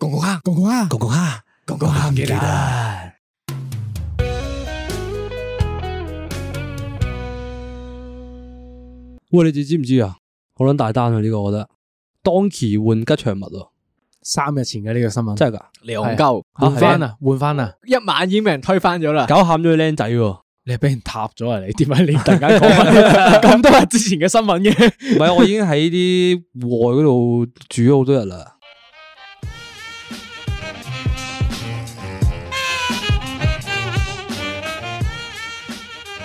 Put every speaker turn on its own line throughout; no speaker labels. Con coja, con coja, con coja, con coja, get out.
喂，你哋知唔知啊？好撚大單啊！呢、個我覺得，當期換吉祥物啊，
三日前嘅呢個新聞，
真係㗎，
你戇鳩，
換翻
啊！
啊，換翻啊！
一晚已經俾人推翻咗啦。
搞喊咗啲僆仔喎，唔
你係俾人踏咗啊！你點解你突然間講翻咁多日之前嘅新聞嘅？
係啊我已經喺啲户外嗰度住咗好多日啦。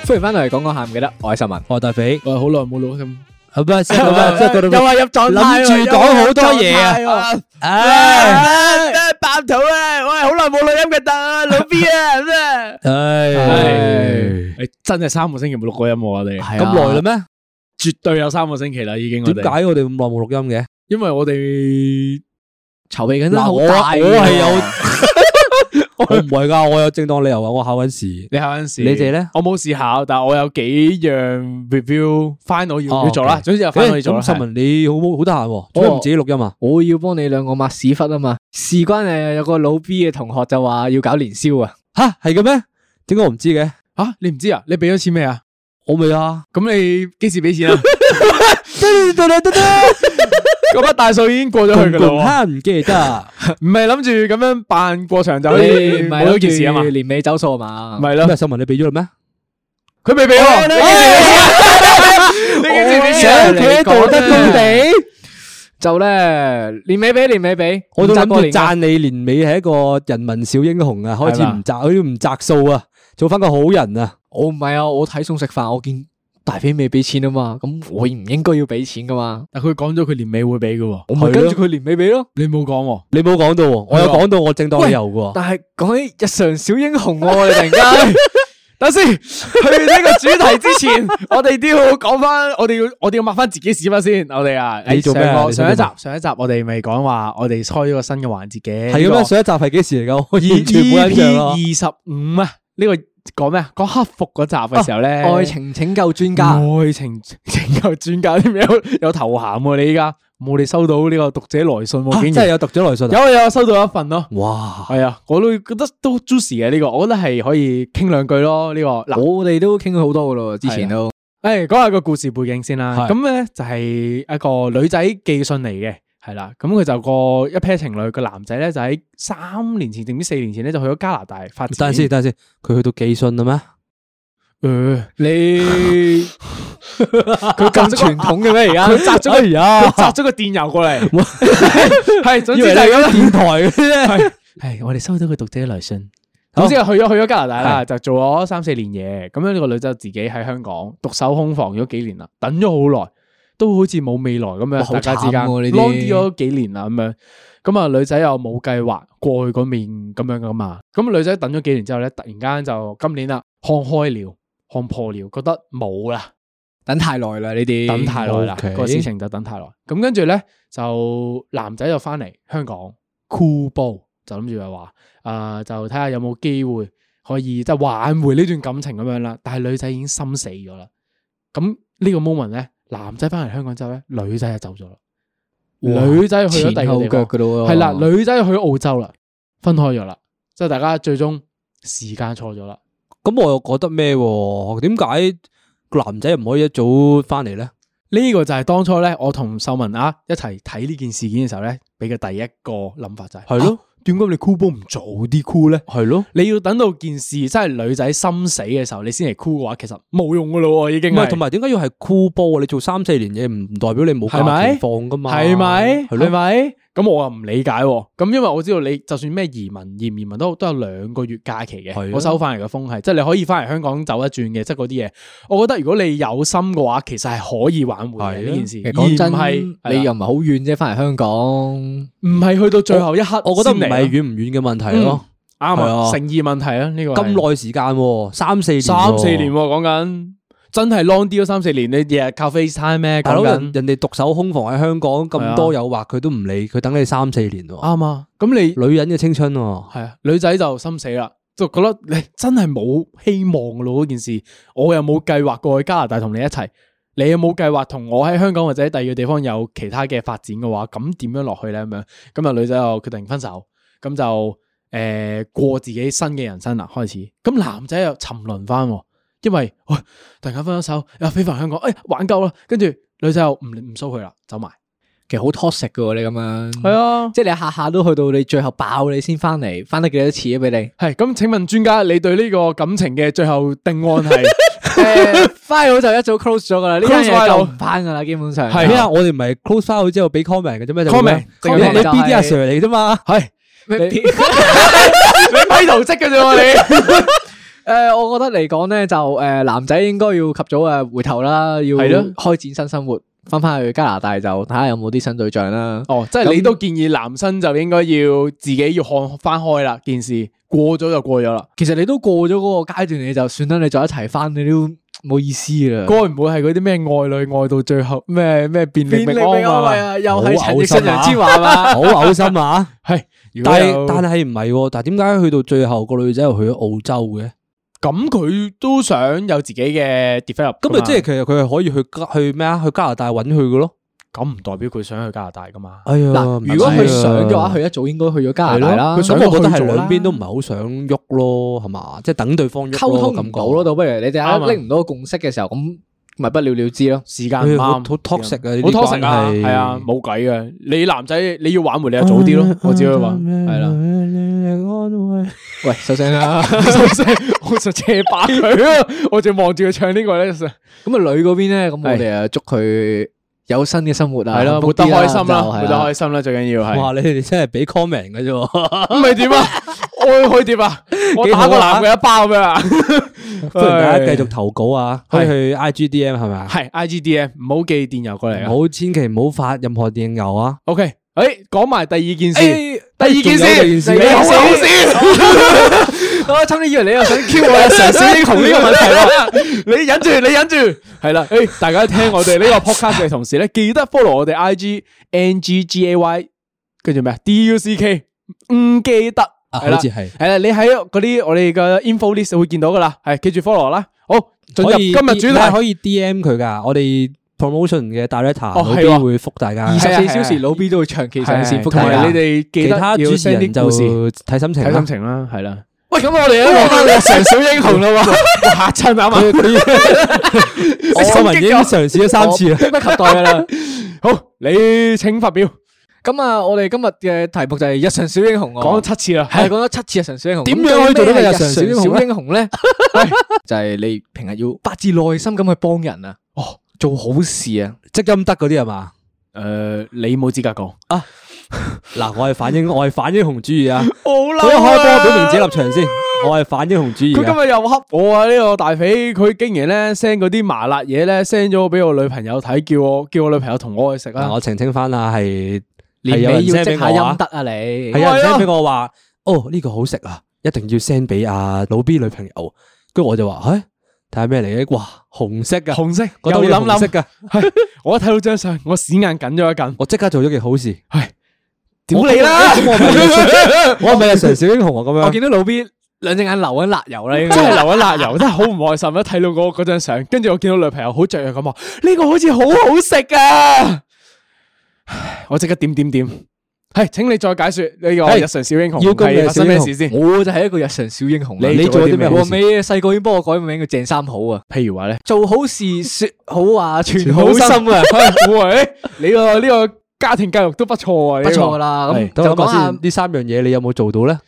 歡迎翻嚟講講下唔記得，我係秀文。
我係大肥，
我係好耐冇錄咁，
啊不係先咁啊，即係嗰度
又話入狀態喎，
諗住講好多嘢啊
又話入狀態喎！
唉
唉，爆肚啊！我係好耐冇錄音嘅得，老 B 啊咁啊。
唉，
你真係三個星期冇錄過音喎，我哋
係啊
咁耐啦
絕對有三個星期啦，已經我
咩？
哋。
點解我哋咁耐冇錄音嘅？
因為我哋
籌備緊啦，
嗱
好
我
à?
大喎。
我係有我唔係㗎，我有正當理由啊，我考緊試。
你考緊試，
你哋呢
我冇試考，但我有幾樣 review final 要
哦
要做啦。
okay
總之有 final
喂
要做啦。
咁秀
係
文你好冇好得閒喎，做咩唔自己錄音啊？
我要幫你兩個抹屎忽啊嘛。事關誒有個老 B 嘅同學就話要搞年宵啊。
吓係嘅咩？點解我唔知嘅？
啊，你唔知啊？你俾咗錢未啊？
我未啊！
咁你幾時俾錢啊？嗰筆大數已經過咗去噶
共
啦
慳唔記得。
喎，唔係諗住咁樣扮過場就可以
你唔係
冇咗件事啊嘛，
諗住
唔
年尾走數啊嘛。
係
咩
咯，
秀文你俾咗啦咩？
佢未俾
哦
喎，
我
你幾時俾錢啊？你幾時俾
想
錢啊
佢喺道德高
地，
就咧年尾俾年尾俾，
我都
唔
諗
得過
住
年㗎
讚你年尾係一個人民小英雄啊，開始唔摘，好似唔摘數啊，做翻個好人啊。
我唔係啊，我睇餸食飯，我見大飛未俾錢啊嘛，咁我唔應該要俾錢噶嘛，
但佢講咗佢年尾會俾嘅喎，
我咪跟住佢年尾俾咯。
你冇講喎。
你冇講到喎，我有講到我正當理由
哦
嘅喎。
但係講起日常小英雄喎、你突然 間
等先，去呢個主題之前， 我哋都要講翻，我哋要我哋要抹翻自己屎忽先。我哋啊，
你做咩啊
上個
你做咩
上一集上一集我哋咪講話，我哋開咗個新嘅環節嘅，
係嘅啊咩？上一集係幾時嚟㗎？我完全冇印象咯。
E P 二十五啊，呢個講咩啊？講克服嗰集嘅時候咧，
啊
愛情拯救專家，
愛情 拯救專家添，有有頭銜喎你依家，冇你收到呢個讀者來信
嚇
喎，竟
真係
然
有讀咗來信啊！
有有有收到一份咯。
哇！
係啊，我都覺得都 juicy 嘅呢個，我覺得係可以傾兩句咯。呢個嗱，
我哋都傾咗好多噶咯，之前都
诶，講下個故事背景先啦。
係
咁咧就係一個女仔寄信嚟嘅，係啦。咁佢就個一 pair 情侶，個男仔咧就喺三年前定唔知四年前咧就去咗加拿大發展。
等陣先，等陣先，佢去到寄信啦咩？
呃你佢
咁傳統嘅咩而家？
佢扎咗個
呀
佢扎咗個電郵過嚟，係總之就係咁啦。
電台嘅啫。
係係，我哋收到佢讀者嘅來信。總之係去咗去咗加拿大啦，就做咗三四年嘢。咁樣呢個女仔自己喺香港獨守空房咗幾年啦，等咗好耐，都好似冇未來咁
哇
樣。
好
大家之
慘
間
喎呢啲
long 啲咗幾年啦，咁樣。咁啊，女仔又冇計劃過去嗰面咁樣噶嘛。咁女仔等咗幾年之後咧，突然間就今年啦，看開了，看破了，覺得冇啦。
等太耐啦呢啲，
等太耐啦，
OK
個事情就等太耐。咁跟住咧就男仔就翻嚟香港箍煲，就諗住係話啊，就睇下有冇機會可以即係挽回呢段感情咁樣啦。但係女仔已經心死咗啦。咁呢個 moment 咧，男仔翻嚟香港之後咧，女仔就走咗啦。
哇
女
아,
仔去咗第
前
二個
後
地
腳
方，
噶咯喎，
係啦，女仔去咗澳洲啦，分開咗啦，即係大家最終時間錯咗啦。
咁我又覺得咩喎？點解個男仔唔可以一早翻嚟咧？
呢個就係當初咧，我同秀文啊一齊睇呢件事件嘅時候咧，俾你嘅第一個諗法就係
係咯
啊點解你箍煲唔早啲箍咧？
系咯。
你要等到件事真係女仔心死嘅時候，你先嚟箍嘅話，其實冇用噶咯喎，已經
唔
係
系，同埋點解要係箍煲啊？你做三四年嘢唔代表你冇
係咪
假期放噶嘛？
係咪？
係咯
係咪？咁我又唔理解喎。咁因為我知道你就算咩移民移唔移民都都有兩個月假期
係啊
嘅。我收翻嚟嘅風係，即係你可以翻嚟香港走一轉嘅，即係嗰啲嘢。我覺得如果你有心嘅話，其實係可以挽回
係啊
嘅呢件事，
其實
而唔
講真，
係係
你又唔
啦
係好遠啫，翻嚟香港，
唔係去到最後一刻
我覺得唔係
先嚟咯
遠唔遠嘅問題咯，
啱
係啊
啊，誠意問題啊，呢個係
咁耐時間喎，三四年喎，
三四年喎講緊，真係 long 啲咯，三四年你日日靠 FaceTime 咩？
大佬
講
人
緊
人哋獨守空房喺香港
係
咁
啊
多誘惑，佢都唔理，佢等你三四年喎。
啱啊，咁你
女人嘅青春喎，
係啊，女仔就心死啦，就覺得你真係冇希望咯嗰件事。我又冇計劃過去加拿大同你一齊，你有冇計劃同我喺香港或者第二個地方有其他嘅發展嘅話，咁點樣落去咧？咁樣咁啊，女仔又決定分手，咁就诶、呃、过自己新嘅人生啦，開始。咁男仔又沉淪翻，因為哎喂突然間分咗手，又飛翻香港，哎呀玩夠啦，跟住女仔又唔唔騷佢啦，走埋。
其實好 toxic 噶喎，你咁樣。
係啊。
即係你下下都去到你最後爆你先翻嚟，翻得幾多次啊？俾 你
系咁，請問專家，你對呢個感情嘅最後定案係？
翻好就一早 close 咗噶啦，呢單
Close
嘢
咗
就
啦
唔翻噶啦，基本上
係啊
咩啊？我哋唔係 close 翻好之後俾 comment 嘅啫咩就會咩
comment，
淨
你
係
你
就係
B D 阿 Sir 嚟啫嘛？
系
咩
你
點
你批頭職嘅啫喎，
诶，呃我覺得嚟講咧，就诶男仔應該要及早诶回頭啦，要
係咯
開展新生活，翻翻去加拿大就睇下有冇啲新對象啦。
你 哦，即係你都建議男生就應該要自己要看翻開啦，件事過咗就過咗啦，
其實你都過咗嗰個階段，你就算啦，你再一齊翻，你都冇意思啦。
該唔會係嗰啲咩愛女愛到最後咩咩變力
變力
力
未
安
安慰
啊？
啊，又
好
係陳奕
嘔
迅、
心啊
楊千 嬅嘛。
好嘔 心啊！
係，如果
但
有
係但係唔係喎？但係點解去到最後個女仔又去咗澳洲嘅？
咁佢都想有自己嘅 develop，
咁咪
啊
即係
係
其實佢係可以去加去咩啊？去加拿大揾佢嘅咯。
咁唔代表佢想去加拿大噶嘛？
哎呀，
嗱，
唔
如果
知
佢
啊
想嘅話，佢一早應該去咗加拿大啦。
係咯佢想
咁我覺得
去
係
咗啦
兩邊都唔係好想喐咯，係嘛？即係等對方喐
溝
咯，
通
感
唔
覺
到咯，倒不如你
啱
哋
啊
拎唔到共識嘅時候，咁咪不了了之咯。
時間
哎呀
唔
好
啱，
好 toxic 啊呢
好
啲
toxic
關
啊，
係
係啊，冇計嘅。你男仔你要挽回，你就早啲 咯，我只可以話係啦。
啦。
喂，收聲 啦！
我就斜 把佢 啊！我就望住佢唱呢 個咧，係
咁啊，女嗰邊咧，咁我哋啊祝佢有新嘅生活啊，幸
咯，活
福
得
啲
開心啦，
就係
啊
活得開心啦，最緊要係。
哇！你哋真係俾 comment 嘅啫喎，
唔係點啊？我可以點啊？我打個男嘅一包咩啊？
不如大家繼續投稿啊，可以去 IGDM 係咪啊？
係 I G D M，唔好寄電郵過嚟
唔
啊。
好千祈唔好發任何電郵啊！
O K，誒講埋第二件事，
哎
第二件
仲有第二件
事，
事
你
咩
好事，
我差啲以為你又想 Q 我嘅城市英雄呢個問題啦。
你忍住，你忍住，係啦。 誒，大家聽我哋呢個 podcast 嘅同時咧，記得 follow 我哋 I G N G G A Y，跟住咩啊 D U C K，唔記得
啊，
係啦
好似係
系啦，你喺嗰啲我哋嘅 info list 會見到噶啦，係記住 follow 啦。好，進入
可以
今日主題，
可以 DM 佢噶，我哋 promotion 嘅 director
哦
嗰
係喎
啲會覆大家。
二
係啊
十
係
四小
啊
時老 B 都會長期上線，
係
覆
同
大
係啊
家
埋你哋記
其
得
他
要
主持
send
人
啲
就
故事。
睇心情
睇
啦
心。情啦，係啦。
喂，咁我哋咧，我哋城小英雄 啦喎，
吓亲啊嘛，
我秀文已經嘗試咗三次啦。
迫不及待噶啦。
好，你請發表，
咁啊，我哋今日嘅題目就係日常小英雄喎。
講咗七次啦，
系講咗七次日常小英雄，
點
咁
樣可以做到
咩
個
係
日常小英雄
小
咧
英雄 咧？就係你平日要發自內心咁去幫人啊，哦，做好事啊，
積陰德嗰啲係嘛？
诶，你冇資格講，
嗱，我係反英，我係反英雄主義啊！
好
佢一開波表明自己立場先，我係反英雄主義
佢今
啊！
日又恰我啊！呢個大肥，佢竟然咧 send 嗰啲麻辣嘢咧 send 咗俾我女朋友睇，叫我叫我女朋友同我去食
嗱，
啦。
我澄清翻啦，係係
年
有人
尾要
send 俾
積下
我
陰
啊
德啊，你
係有
係
人
啊
send 俾我話，哦呢個好食啊，一定要 send 俾阿老 B 女朋友。跟住我就話，唉，睇下咩嚟嘅？哇，紅色啊噶，
紅色，
我
又
兜
諗
諗色
諗，
噶，
我一睇到張相，我屎眼緊咗一緊，
我即刻做咗件好事。
屌你啦！
咁我咪要 出我咪日常小英雄啊！咁
我
樣
見到老 B 兩隻眼流緊辣油啦，應該
真係流緊辣油，真係好唔開心。一睇到嗰嗰張相，跟住我見到女朋友好雀躍咁話：呢、個好似好好食啊！唉我即刻點點點。係，請你再解說呢個
係
日常小英雄
要講
係
嘅
發
小
生咩
英雄
事先？
我就係一個日常小英雄啦。
你做咗啲咩好
我
事
尾細個已經幫我改名叫鄭三好啊，
譬如話咧，
做好事說好話，存
全
好
好
心
心
啊
啊！，喂，你個呢個家庭教育都不錯啊，
不錯
错
噶。啦。咁
係
啊
等
就
我講
講
下
下
呢三樣嘢，你有冇做到咧？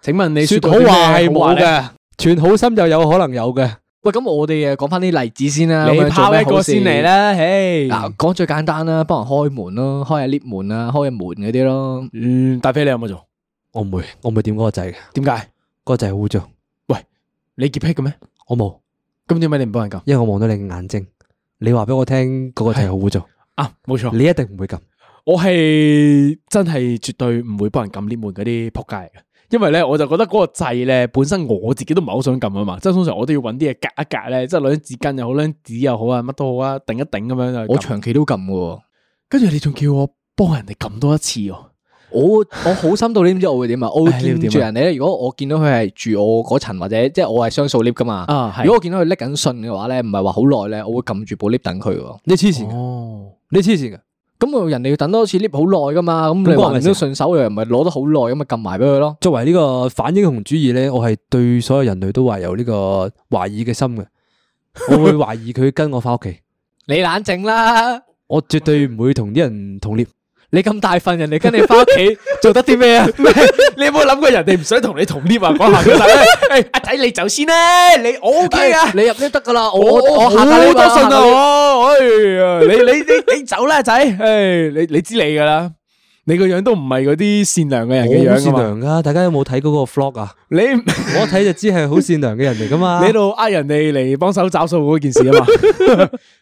請問你
说
说
好
過啲咩
話係冇
好話呢，
嘅，存好心就有可能有嘅。
喂，咁我哋呃誒講翻啲例子先啦。
你
咁樣做
拋
咩
一個
好事
先嚟。啦，嘿。
嗱，講最簡單啦，幫人開門咯，開下 lift 門啊，開下門嗰啲咯。
嗯，大飛你有冇做？
我唔會，我唔會點嗰個掣嘅，
點解？
嗰個掣好污糟。
你潔癖嘅咩？
我冇，
咁點解你唔幫人撳？
因為我望到你嘅眼睛，你話俾我聽嗰個掣好污糟，
啊，冇錯，
你一定唔會撳。
我係真係絕對唔會幫人撳 lift 門嗰啲仆街嚟嘅。因為咧，我就覺得嗰個掣咧，本身我自己都唔係好想撳啊嘛，即係通常我都要揾啲嘢隔一隔咧，即係攞張紙巾又好，攞張紙又好啊，乜都好啊，頂一頂咁樣就撳。
我長期都撳嘅喎。
跟住你仲叫我幫人哋撳多一次喎，
我我好心到你知唔知我會 點啊？我會
唉你會
見
點啊
住人哋咧，如果我見到佢係住我嗰層或者即係我係雙數 lift 噶嘛。
啊係
如果我見到佢拎緊信嘅話咧，唔係話好耐咧，我會撳住部 lift 等佢喎。
你黐線嘅，
哦，
你黐線嘅，
咁我人哋要等多次 lift 好耐噶嘛，咁
咁
你
關咩
還
事
都順手啊又唔係攞得好耐，咁咪撳埋俾佢咯。
作為呢個反英雄主義咧，我係對所有人類都懷有呢個懷疑嘅心 嘅。我會懷疑佢跟我翻屋企，
你冷靜啦，
我絕對唔會同啲人同 lift。
你咁大份，人哋跟你翻屋企做得啲咩啊？
你有冇諗過人哋唔想同你同 lift 啊？講下佢仔 咧，誒阿仔你走先啦，你我 OK 啊
哎。你入 lift 得噶啦，我
我
我
我
下
下
架
好
lift
多信
下架
啊！
lift
我，哎呀，你你你你走啦，仔，唉，你你知你噶啦，你個樣都唔係嗰啲善良嘅人
我
嘅
好
樣噶
善
嘛，
良噶，大家有冇睇嗰個 vlog 啊？
你
我一睇就知係好善良嘅人嚟噶嘛。
你喺度呃人哋嚟幫手找數嗰 件事啊嘛，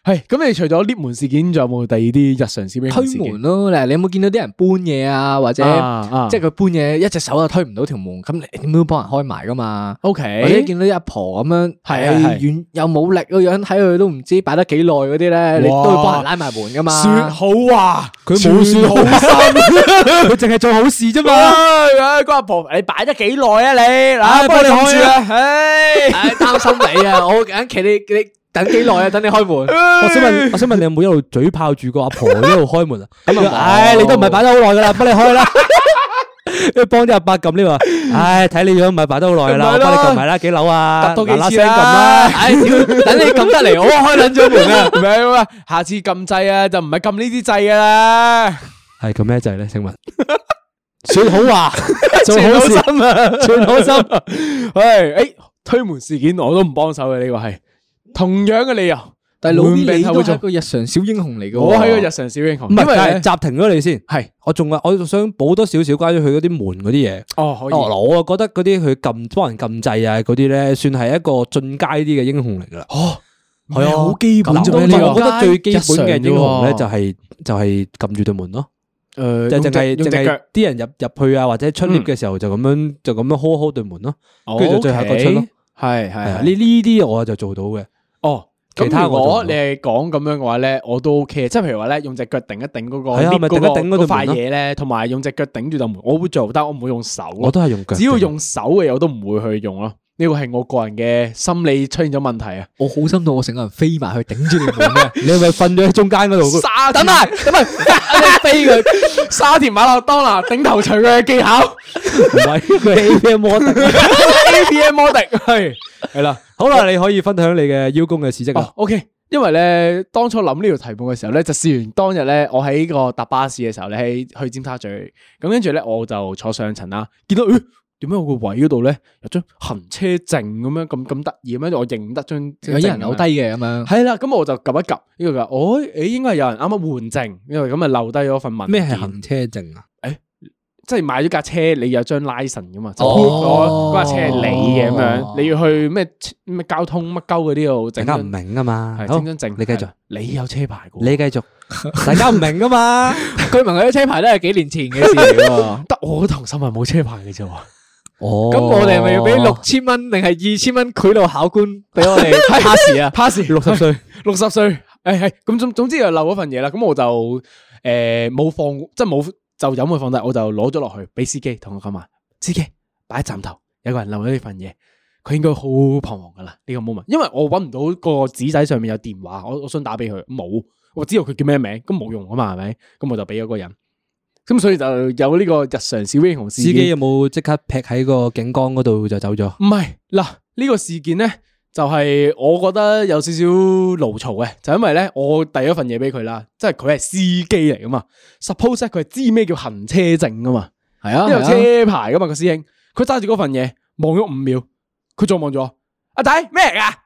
係咁你除咗 lift 門事件，仲有冇第二啲日常小兵
推門咯，嗱，你有冇見到啲人搬嘢啊，或者
啊啊
即係佢搬嘢一隻手又推唔到條門，咁你點都幫人開埋噶嘛？
？O
或者
K，
見到啲阿婆咁樣，
係係係
軟又冇力個樣，睇佢都唔知擺得幾耐嗰啲咧，你都會幫人拉埋門噶嘛？
說好話，
佢冇算好
心，
佢淨係做好事啫嘛。
唉，嗰阿婆你擺得幾耐啊你？
唉
嗱，幫你
幫你
開
開啊
啊，唉。
唉，擔心你啊！我緊期你你等幾耐啊？等你開門，
我想問，我想問你有冇一路嘴炮住個阿婆一路開 門啊？
咁啊冇
唉，你都唔係擺得好耐噶啦，幫你開 啦。因為幫啲阿伯撳呢話，唉，睇你樣唔係擺得好耐噶啦，我
咪咯
幫你撳埋啦，幾樓啊？
撳多幾次
嗱嗱聲撳
啦
啦。
唉，屌等你撳得嚟，我開撚咗門啦！
唔係啊，下次撳掣啊，就唔係撳呢啲 掣噶啦。
係撳咩掣咧？請問，說好話，做好事，
心啊，
存好心。
唉，诶，推門事件我都唔幫手嘅，呢個係同樣嘅理由。
但係老 B
換
你
病頭
都
會
係
做
一個日常小英雄嚟嘅喎，
我係個日常小英雄，
唔
因
係，
為
但係
呢
暫停咗你先。
係
我仲話，我仲想補多少少關於佢嗰啲門嗰啲嘢。
哦可以
哦，嗱，我啊覺得嗰啲佢撳幫人撳掣啊，嗰啲咧，算係一個進階啲嘅英雄嚟噶啦。
哦，
係啊
唔係好基本
諗
啫
到
咩
就
呢
我覺
個？
得最基本嘅英雄咧，
日
就
常
係就係撳住對門咯，
誒
就淨係
用隻
淨
用隻
係
腳，嗯
啲人入入去啊，或者出 lift 嘅時候就咁樣就咁樣 hold hold 對門咯。跟
跟
住就最後一個出咯。
係
係啊
係
呢呢啲我就做到嘅。
哦。
其
咁
他
如
我就
果
唔
你係講咁樣嘅話咧，我都 OK 嘅即係譬如話咧，用隻腳頂一頂嗰個
係啊
lift
咪
嗰
頂一頂嗰
個
度
嗰塊
門咯
嘢咧，同埋用隻腳頂住道門，我會做，但我唔會用手咯
我。都係用腳。
只要，用手嘅我都唔會去用咯。呢個係我個人嘅心理出現咗問題啊！
我好心到我成個人飛埋去頂住 你門嘅。
你係咪瞓咗喺中間嗰度？
沙等埋等埋，飛佢沙田馬勒當拿頂頭鎚嘅技巧
唔係佢 A P M
，A P M 摩迪係係啦。
好啦，你可以分享你嘅邀功嘅事蹟
哦
嗯
啊。
，OK，因為咧當初諗呢條題目嘅時候咧，就試完當日咧，我喺個搭巴士嘅時候咧，喺去尖沙咀，咁跟住咧我就坐上層啦，見到咦點解我個位嗰度咧有張行車證咁樣咁咁得意咁樣，我認得張
有啲人
好
扭低嘅咁樣，
系啦，咁我就撳一撳呢個㗎，哦，诶，應該係有人啱啱換證，因為咁啊留低咗份文
咩
件
係行車證啊？
即係買咗架車，你有張 license 噶嘛，就
哦
prove 咗嗰架車係你嘅咁
哦
樣，你要去咩咩交通乜鳩嗰啲度
大
整
家
張，
唔明啊嘛。
係
好
整張證。
你繼
係
續
啦，，你有車牌嘅喎，
你繼續，大家唔明啊嘛。
據聞佢啲車牌都係幾年前嘅事嚟嘅喎。
得我同新民冇車牌嘅啫喎，
哦
咁我哋係咪要俾六千蚊定係二千蚊賄賂考官 俾我哋 pass 啊？
pass
六十 歲？
六十歲，誒係咁總總之就漏咗份嘢啦。咁我就誒冇放，即係冇就飲佢放低，我就攞咗落去俾司機，同我講話，司機擺喺站頭，有個人漏咗呢份嘢，佢應該好彷徨噶啦呢個 moment，因為我揾唔到個紙仔上面有電話，我我想打俾佢冇，我知道佢叫咩名，咁冇用啊嘛，係咪？咁我就俾咗個人，咁所以就有呢個日常小英雄事
司機
件。
有冇即刻劈喺個警崗嗰度就走咗？
唔係嗱，呢、個事件咧就係我覺得有少少牢嘈嘅，就因為咧我遞咗份嘢俾佢啦，即係佢係司機嚟噶嘛，suppose 呢佢係知咩叫行車證噶嘛，
系啊，
因為
係啊
車牌噶嘛個師兄，佢揸住嗰份嘢望咗五秒，佢再望咗我，阿仔咩嚟噶？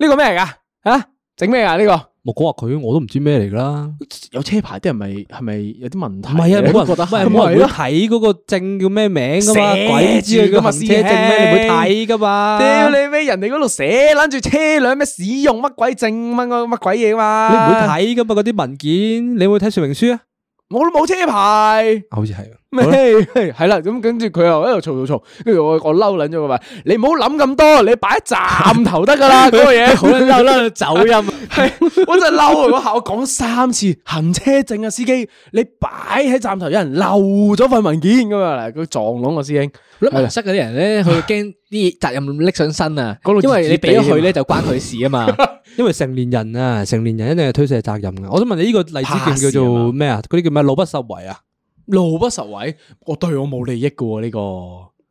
呢個咩嚟噶？啊，整咩啊？呢個
莫講話佢，我都唔知咩嚟噶啦。
有車牌啲人咪係咪有啲問題
唔係啊，
嘅
冇人
覺得
唔係
係
冇人會
咯
睇嗰個證叫咩名噶嘛？
寫
鬼知佢
住㗎
個
嘛
行車證咩？
師
你
兄
會睇噶嘛？
屌你咩？人哋嗰度寫撚住車輛咩使用乜鬼證乜鬼乜鬼嘢嘛？
你唔會？睇噶嘛？嗰啲文件，你會睇說明書啊？
我都冇車牌。
好似係。
咩？係啦，咁跟住佢又喺度嘈嘈嘈，跟住我我嬲撚咗佢話：你唔好諗咁多，你擺喺站頭得噶 啦，嗰個嘢好 撚嬲啦，走音。我 真係嬲啊！嗰下我講三次行車證啊，司機，你擺喺站頭，有人漏咗份文件咁啊！佢撞聾個師兄，
甩文啊室嗰啲人咧，佢驚啲責任拎上身啊
嗰度，
因為你俾咗佢
熱熱地啊
咧就關佢事啊嘛。
因為成年人啊，成年人一定係推卸責任嘅。我想問你呢個例子叫唔叫做咩啊？嗰啲叫咩？老不實為啊？
路不實位，我對我冇利益噶喎呢個。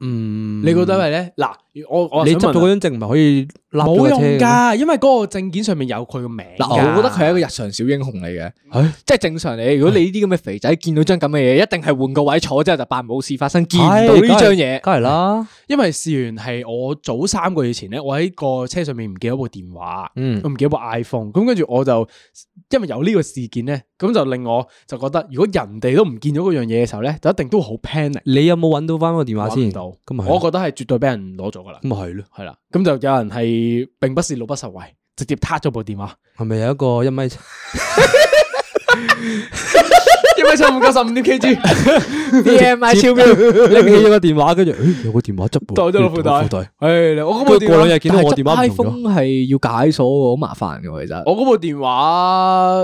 嗯
你覺得係咧？嗱，我我
你
想
執
問
到
啊
嗰張證唔係可以笠咗
冇
個車
用
嘅
㗎，因為嗰個證件上面有佢個名㗎。
嗱，我覺得佢係一個日常小英雄嚟嘅，即係正常嚟。如果你呢啲咁嘅肥仔見到張咁嘅嘢，一定係換個位坐之後就扮冇事發生，見唔
唉
到呢張
梗係
嘢。
梗係啦。
因為事源係我早三個月前咧，我喺個車上面唔記得部電話，
嗯
我唔記得部 iPhone，咁跟住我就因為有呢個事件咧，咁就令我就覺得，如果人哋都唔見咗嗰樣嘢嘅時候咧，就一定都好 panic，
你有冇揾到翻個電話
揾
先？
唔到，
咁咪係咯
我覺得係絕對俾人攞咗噶啦，
咁咪係咯。
係啦，咁就有人係並不是老不實為，直接撻咗部電話，
係咪有一個一米七？
一米七五九十五點 kg，
DMI 超標，
拎起咗個電話，跟住誒有個電話執喎
袋咗落褲袋
褲袋。
唉，我嗰
跟
部電
住
話
過兩日見到我電話唔同
iPhone
咗。
係要解鎖喎，好麻煩嘅喎其實。
我嗰部電話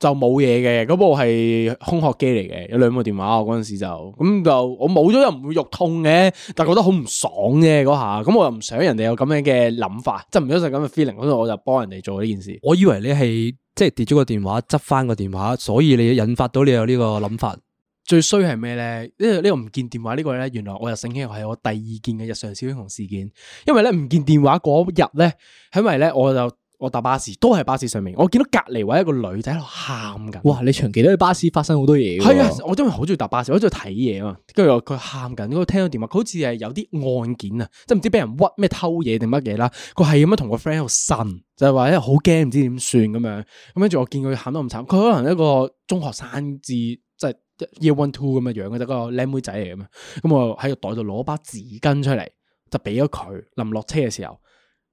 就冇嘢嘅，嗰部係空殼機嚟嘅，有兩部電話我嗰陣時就咁就我冇咗又唔會肉痛嘅，但係覺得好唔爽啫嗰下，咁我又唔想人哋有咁樣嘅諗法，即係唔想就咁嘅 feeling，所以我就幫人哋做呢件事。
我以為你係即係跌咗個電話，執翻個電話，所以你引發到你有呢個諗法。
最衰係咩咧？因為呢個唔見電話呢個咧，原來我又醒起係我第二件嘅日常小英雄事件。因為咧唔見電話嗰日咧，係因為咧我就我搭巴士，都係巴士上面，我見到隔離位一個女仔喺度喊緊。
哇！你長期都喺巴士發生好多嘢喎。
係啊，我因為好中意搭巴士，我中意睇嘢啊嘛。跟住佢喊緊，我聽到電話，佢好似係有啲案件啊，即係唔知俾人屈咩偷嘢定乜嘢啦。佢係咁樣同個 friend 喺度呻，就係話咧哎好驚，唔知點算咁樣。咁跟住我見佢喊得咁慘，佢可能一個中學生至即係 year one two 咁嘅樣嘅啫，個靚妹仔嚟嘅嘛。咁我喺個袋度攞包紙巾出嚟，就俾咗佢。臨落車嘅時候，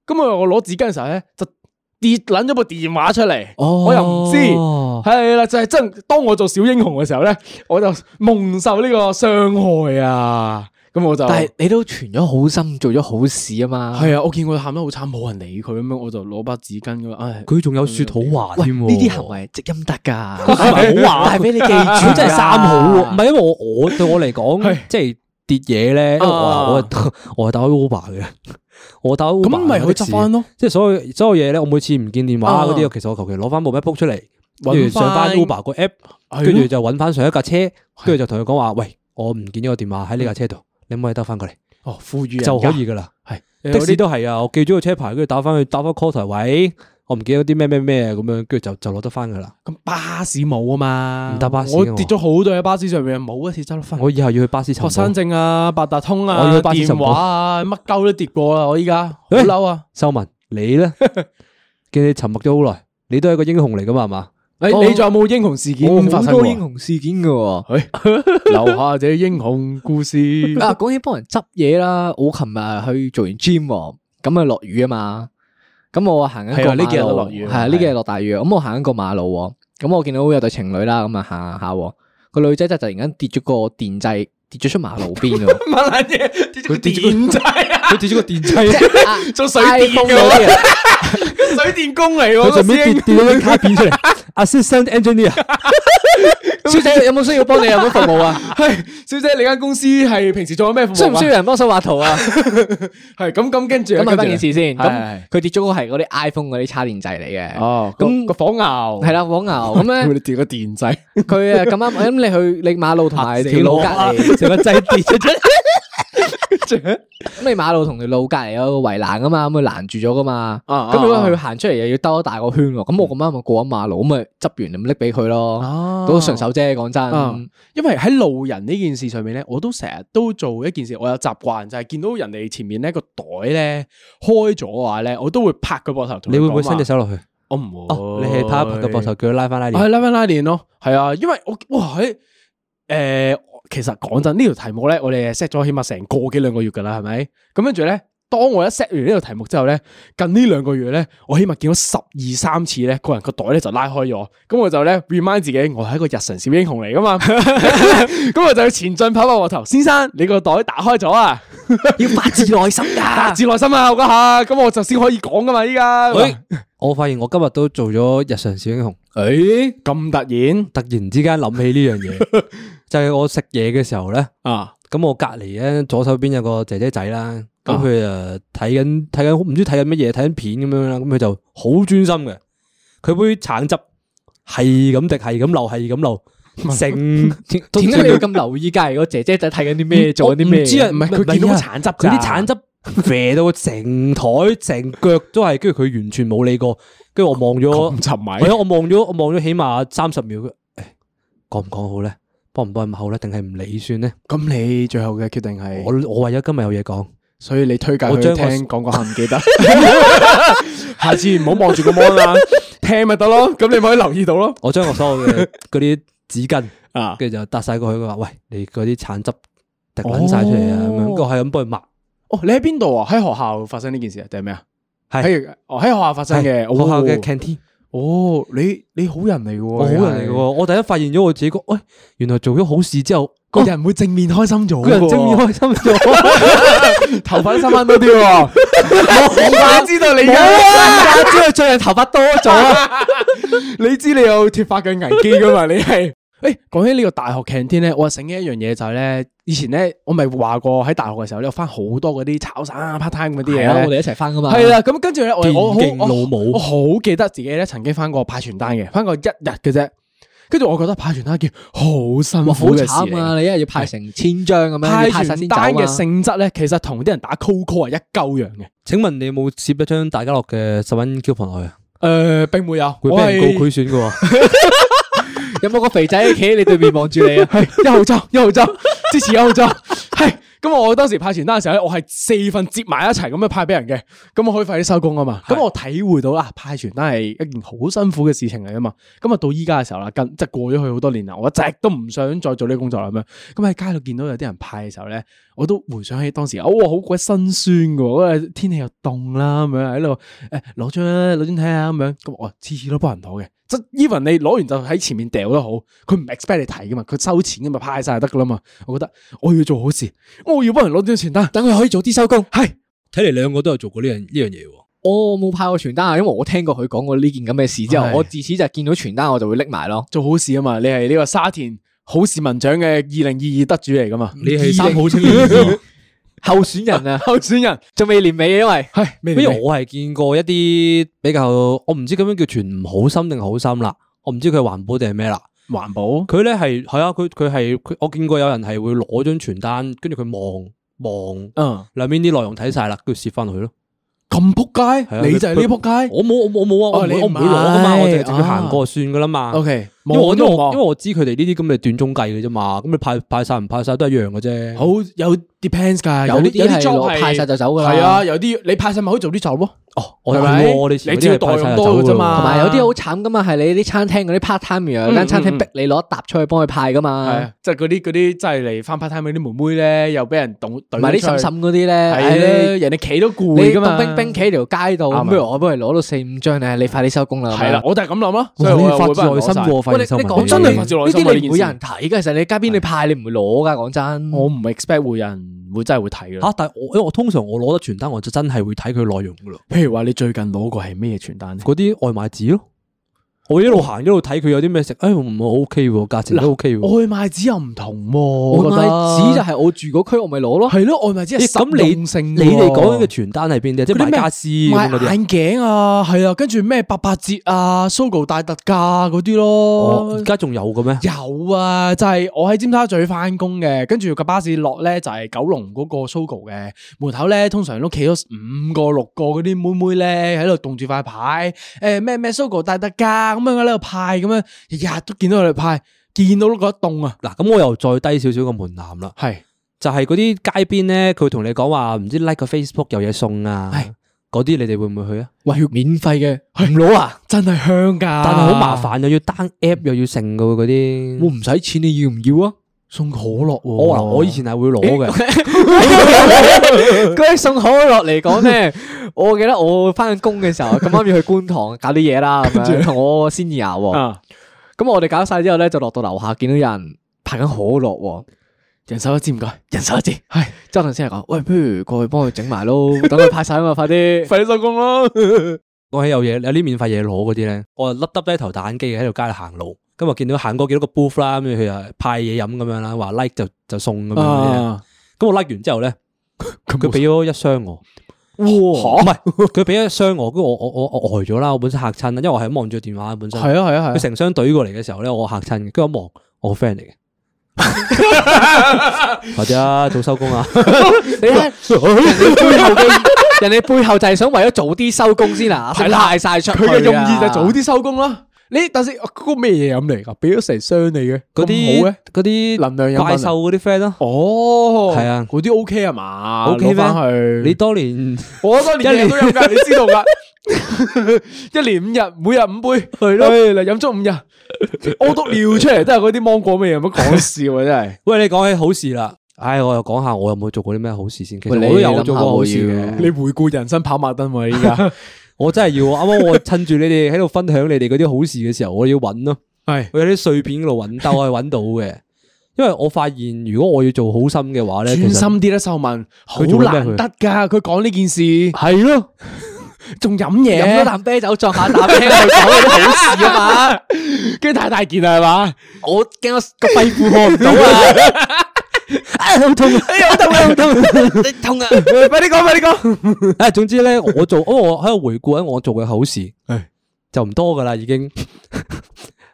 咁我我攞紙巾嘅時候咧，就跌撚咗部電話出嚟。
哦
我又唔知。係啦，就係真當我做小英雄嘅時候咧，我就蒙受呢個傷害啊！咁我就
但係你都存咗好心，做咗好事啊嘛。
係啊，我見佢喊得好慘，冇人理佢咁樣，我就攞把紙巾咁樣，唉，
佢仲有雪好話
喂，
添
呢
喎。
啲行為係積陰德㗎，
係
好話，但係俾你記 住，
佢真係三好喎，唔係因為我我對我嚟
啊係
講，即係跌嘢咧，因為
啊
我我係 我係打開 Uber 嘅， 我打開 Uber
咁咪
嘅
去
的
執
士
翻，咯，
即係所有所有嘢咧，我每次唔見電
啊
話嗰啲，其實我求其攞翻部 MacBook 出嚟，跟
搵
住上翻
返
Uber 個 app，
係咯
跟住就揾翻上一架車，跟住就同佢講話，喂，我唔見咗個電話喺呢架車度，你可唔可以得翻過嚟
哦，富嗯裕人家
就可以噶啦。
係
的士
有啲
都係啊，我記咗個車牌，跟住打翻去打翻 call 台位，我唔記得啲咩咩咩咁樣，跟住就就攞得翻噶啦。
咁巴士冇啊嘛，
唔搭巴士嘅
我
我
跌咗好多喺巴士上面，冇一次執得翻。
我以後要去巴士尋
學生
寶
證啊，八達通啊，
我要去巴士
電
尋寶
話啊，乜鳩都跌過啦！我依家好
喂
嬲啊！
秀文，你 咧見你沉默咗好耐，你都係一個英雄嚟噶嘛？係嘛？
你
我
你仲有冇英雄事
我
件發
好
生
多
過
英雄事件㗎喎。
留下這英雄故事
啊，講起幫人執嘢啦，我琴日去做完 gym 喎咁啊落雨啊嘛，咁我行緊
係啊
個
呢幾日
馬路
都落雨啊
係啊呢幾日落大雨啊，咁我行緊個馬路喎，咁我見到有對情侶啦，咁啊行下下喎，個女仔就突然間跌咗個電掣，跌咗出馬路邊喎，
乜撚嘢？跌咗個
佢跌咗個
電掣 啊！
佢跌咗個電掣，
即係啊
做水電
iPhone
嘅
嗰啲啊
水電工嚟
佢
喎，
上面跌跌 咗張卡片出嚟。Assistant engineer，
小姐有冇需要幫你有冇服務啊？
系小姐，你間公司係平時做緊咩服務？啊
需唔需要？人幫手畫圖啊？
係咁 咁跟住啊
咁係
跟
翻件
住
事先，
係係係
咁佢跌咗個係嗰啲 iPhone 嗰啲叉電掣嚟嘅，
哦，咁
咁
個火牛
係啦，火牛咁 咧。
你跌個電掣，
佢啊咁啱，咁你去你馬路同埋條路隔離，
成個掣跌咗出嚟，
咁你馬路同條路隔離有個圍欄噶嘛，咁佢攔住咗噶嘛。
啊啊
咁如果佢行出嚟又要兜一大個圈喎，咁我咁啱咪過咗馬路，咁咪執完咁拎俾佢咯，
啊
都順手啫。講
啊
真，
因為喺路人呢件事上面咧，我都成日都做一件事，我有習慣就係、見到人哋前面咧個袋咧開咗嘅話咧，我都會拍佢膊頭同
你
佢
會
講話。
唔會伸隻手落去？
我唔會。
哦，你哎係拍一拍個膊頭，叫佢拉翻拉
係
鏈。
拉翻拉鏈咯，係啊，因為我哇喺诶、誒其實講真呢條題目咧，我哋 set 咗起碼成個幾兩個月噶啦，係咪？咁跟住咧，當我一 set 完呢條題目之後咧，近呢兩個月咧，我起碼見到十二三次咧，個人個袋咧就拉開咗，咁我就咧 remind 自己，我係一個日常小英雄嚟噶嘛，咁我就要前進跑跑我頭，先生你個袋打開咗啊，
要發自內心
發
㗎。
自內心啊，我嗰下，咁我就先可以講噶嘛，依家
喂，我發現我今日都做咗日常小英雄，
誒咁突然
突然之間諗起呢樣嘢， 就係我食嘢嘅時候咧。
啊！
咁我隔離咧，左手邊有個姐姐仔啦，咁
啊
佢誒睇緊睇緊唔知睇緊乜嘢，睇緊片咁樣啦，咁佢就好專心嘅，佢杯橙汁係咁滴，係咁流，係咁 流，成
點點解你要咁留意㗎？如果姐姐仔睇緊啲咩，做緊啲咩？
我唔知啊，
唔係佢見到個橙汁
佢啲
咋
橙汁 肥到成台成腳都係，跟住佢完全冇理過，跟住我望咗
咁，沉迷
係啊，我望咗我望咗起碼三十秒，佢唉講唔講好咧？幫唔幫佢好咧？定係唔理算咧？
咁你最後嘅決定係，
我我為咗今日有嘢講。
所以你推介
我
佢
將我
聽 講講下唔記得，下次唔好望住個 mon 啦， 聽咪得咯，咁你咪可以留意到咯。
我將我所有嘅嗰啲 紙巾，
啊
跟住就搭晒過去。佢話：喂，你嗰啲橙汁滴撚晒出嚟啊！咁樣，
哦
跟住我係咁幫佢抹。
哦，你喺邊度啊？喺學校發生呢件事啊？定係咩啊？
係
喺哦喺學校發生
係
嘅，
學校嘅
哦
canteen，
哦，你你好人嚟嘅喎，
我好人嚟嘅喎。我第一發現咗我自己個，喂，原來做咗好事之後，
個人會正面開心咗，
個人正面開 心咗。
開，頭髮三蚊多啲喎。我怪知道你
大家知道最近頭髮多咗啊！
你知你有脱髮嘅危機噶嘛？你係诶，講起呢個大學 canteen 咧，我醒起一樣嘢就係咧，以前咧我咪話過喺大學嘅時候咧，我翻好多嗰啲炒散啊、part time 嗰啲
係啊，
嘢
我哋
咧。
一齊翻㗎嘛。
係啦，咁跟住咧，我我 好
電競老母
我我好記得自己咧曾經翻過派傳單嘅，翻過一日嘅啫。跟住我覺得派傳單件好辛
哇，好
苦嘅事嚟
慘
嘅
啊！你一日要派成千張咁樣，
派
要派晒
傳
先走
單嘅
啊！
性質咧，其實同啲人打 cold call 係一鳩樣嘅。
請問你有冇攝一張大家樂嘅十蚊 coupon 落去啊？
誒，並沒有，
會
我
俾人
係
告賄選嘅喎。
有冇個肥仔企喺你對面望住 你啊？
系一号州，一号州支持一号州，系咁我當時派傳單嘅時候咧，我係四份接埋一齊咁樣派俾人嘅，咁我可以快啲收工啊嘛。咁我體會到啦，派傳單係一件好辛苦嘅事情嚟啊嘛。咁啊到依家嘅時候啦，近即係過咗去好多年啦，我一直都唔想再做呢個工作啦咁樣。咁喺街度見到有啲人派嘅時候咧，我都回想起當時，哦好鬼辛酸嘅喎，嗰日天氣又凍啦，咁樣喺度誒攞張啊攞張睇下咁樣，咁我次次都幫人攞嘅。即 even 你攞完就喺前面掉都好，佢唔 expect 你睇噶嘛，佢收錢噶嘛，派晒就得噶啦嘛。我覺得我要做好事，我要幫人攞張傳單，等佢可以早啲收工。係
睇嚟兩個都有做過呢樣呢樣嘢喎。
我冇派過傳單啊，因為我聽過佢講過呢件咁嘅事之後，
係
我自此就見到傳單我就會拎埋咯。
做好事啊嘛，你係呢個沙田好市民獎嘅二零二二得主嚟噶嘛，，
你係三好青年 喎。
候選人啊
候選人
仲未年尾啊，因為
係咩
不
嚟
如
㗎？
我係見過一啲比較，我唔知咁樣叫全唔好心定好心啦，我唔知佢係環保定係咩啦。
環保
佢咧係係啊，佢佢係佢，我見過有人係會攞張傳單，跟住佢望望
嗯
兩邊啲內容睇晒啦，跟住攝翻落去咯。
咁撲
係啊
街，你就係呢撲街。
我冇我冇我冇啊，
哦
我唔
你
會我唔
唔
會攞噶嘛，
係
我就直接行
啊
過算噶啦嘛。
O K，
因為我因為我因為我知佢哋呢啲咁嘅短中計嘅啫嘛，咁你派派晒唔派晒都一樣嘅啫。
好有 depends 㗎，
有
啲
啲係
job
攞派晒就走㗎啦
係啊，有啲你派晒咪可以做啲走咯。
哦，我
係
係
咪
喎我哋前
你
嗰
只
啲
要
係派
代
晒
用
就走
多㗎啫
同
嘛
㗎
埋有啲好慘噶嘛，係你啲餐廳嗰啲 part time 嘅，間餐廳逼你攞一沓出去幫佢派噶
嗯係
嘛
啊。，即係嗰啲嗰啲即係嚟翻 part time 嗰啲妹妹咧，又俾人凍
同
懟
埋啲
出去
嬸嬸嗰啲咧，
係
唉
咧，人哋企都
你
攰
你
噶嘛，
凍冰冰企喺條街度，
啱啊
咁不如我幫你攞到四五張咧，你快啲收工啦。咁樣
係啦，，我就係咁諗咯，所以
哇
我
你
又
發
會
自
幫
內
人攞
心
晒
喎，發
喂，
現
你你
新聞
講
嚟
真，
真
你
係
呢
發自內心啊
啲你唔會有
呢
人睇嘅，其實你街邊你派你唔會攞噶，講真。
我唔 expect 會有人會真係會睇
吓、
嘅。
但係我因為我通常我攞得傳單，我就真係會睇佢內容噶咯。
譬如話你最近攞過係咩傳單咧？
嗰啲外賣紙咯，我一路行一路睇佢有啲咩食，哎，唔好 OK 喎，價錢都 OK 喎。
外賣紙又唔同喎，我覺
外
得
賣紙就係我住嗰區，我 咪攞咯。
係咯，外賣紙
咦
係
咁
實
你
用性
你
喎
哋講緊嘅傳單係邊啲啊？即係
嗰啲
賣
咩
家私咁嗰啲
賣
啊。
眼鏡啊，係啊，跟住咩八八折啊，Sogo 大特價嗰啲
哦，
咯
而。家仲有嘅咩？
有啊，就係、我喺尖沙咀翻工嘅，跟住架巴士落咧就係、九龍嗰個 Sogo 嘅門口咧，通常都企咗五個六個嗰啲妹妹咧喺度棟住塊牌，誒咩咩 Sogo 大特價咁樣喺度派咁樣，日日都見到佢哋派，見到都覺得凍啊，
嗱，咁我又再低少少個門檻啦，
係
就係嗰啲街邊咧，佢同你講話唔知 like 個 Facebook 有嘢送啊
係，
嗰啲你哋會唔會去啊？
喂免費嘅，
唔攞啊！
真係香㗎，
但係好麻，煩，又要 down app 又要剩噶嗰
我
啲。
唔使錢，你要唔要啊？
送可樂喎、
我嗱，我以前係會攞嘅，
嗰啲送可樂嚟講咧，我記得我翻工嘅時候咁啱要去觀塘搞啲嘢啦，咁樣同我 senior 喎，
啊
咁我哋搞晒之後咧，就落到樓下見到有人拍緊可樂喎，
人手一支唔該，
人手一支，
係
之後同 senior 講，喂，不如過去幫佢整埋咯，等佢派晒啊嘛，快啲，
快啲收工咯，
講起有嘢有啲免費嘢攞嗰啲咧，我就笠耷低頭打眼機喺條街度行路，今日見到行過幾多個 booth 啦，咁佢又派嘢飲咁樣啦，話 like 就就送咁樣嗰啲啊。
啊，
咁我 like 完之後咧，
咁
佢俾咗一箱我，
哇
唔係佢俾咗一箱我，跟住我我我我呆咗啦，我本身嚇親啦，因為我係咁望住個電話本身。
係啊係啊係
佢
啊。
成箱懟過嚟嘅時候咧，我嚇親嘅，跟住我望我個 friend 嚟嘅， 或者啊早收工啊，
你
哎
睇背後嘅 人哋背後就係想為咗早啲收工先啊，
係
係
啦
派晒出去
佢
啊
嘅用意就係早啲收工啦。你等先，嗰個咩嘢飲嚟噶？俾咗成箱你嘅，
嗰
咁好
啲
嘅
嗰啲
能 量飲品啊
怪獸嗰啲 friend 咯。
哦，
係啊
嗰啲 OK 啊嘛
OK
攞翻去
咩？你當年，
我多年日日都飲噶，你知道噶。 一年五日，每日五杯，係咯，嚟飲足五日，屙督尿出嚟都係嗰啲芒果味，有乜講笑啊？真係
喂，你講起好事啦，唉，我又講下我有冇做過啲咩好事先。其實
喂你
我都有做過好事
諗下喎要
嘅，
你回顧人生跑馬燈喎，依家
我真係要。啱啱我趁住你哋 喺度分享你哋嗰啲好事嘅時候，我要揾咯。
係
我有啲碎片嗰度揾，但我係揾到嘅。因為我發現，如果我要做好心嘅話咧，
專
其實
心啲啦，秀文，好
佢做咩
難得噶，佢講呢件事
係 咯，
仲飲
飲咗
嘢，
啖啤酒撞下打啤，去講嗰啲好事啊嘛。
跟住太大件啦，係嘛？
我惊我个肺负荷唔到啊！啊，好痛啊！好痛啊！好痛！你痛啊！
快啲講，快啲講。
啊， 總之咧，我做，因為我喺度回顧緊我做嘅好事
係，
就唔多噶啦，已經。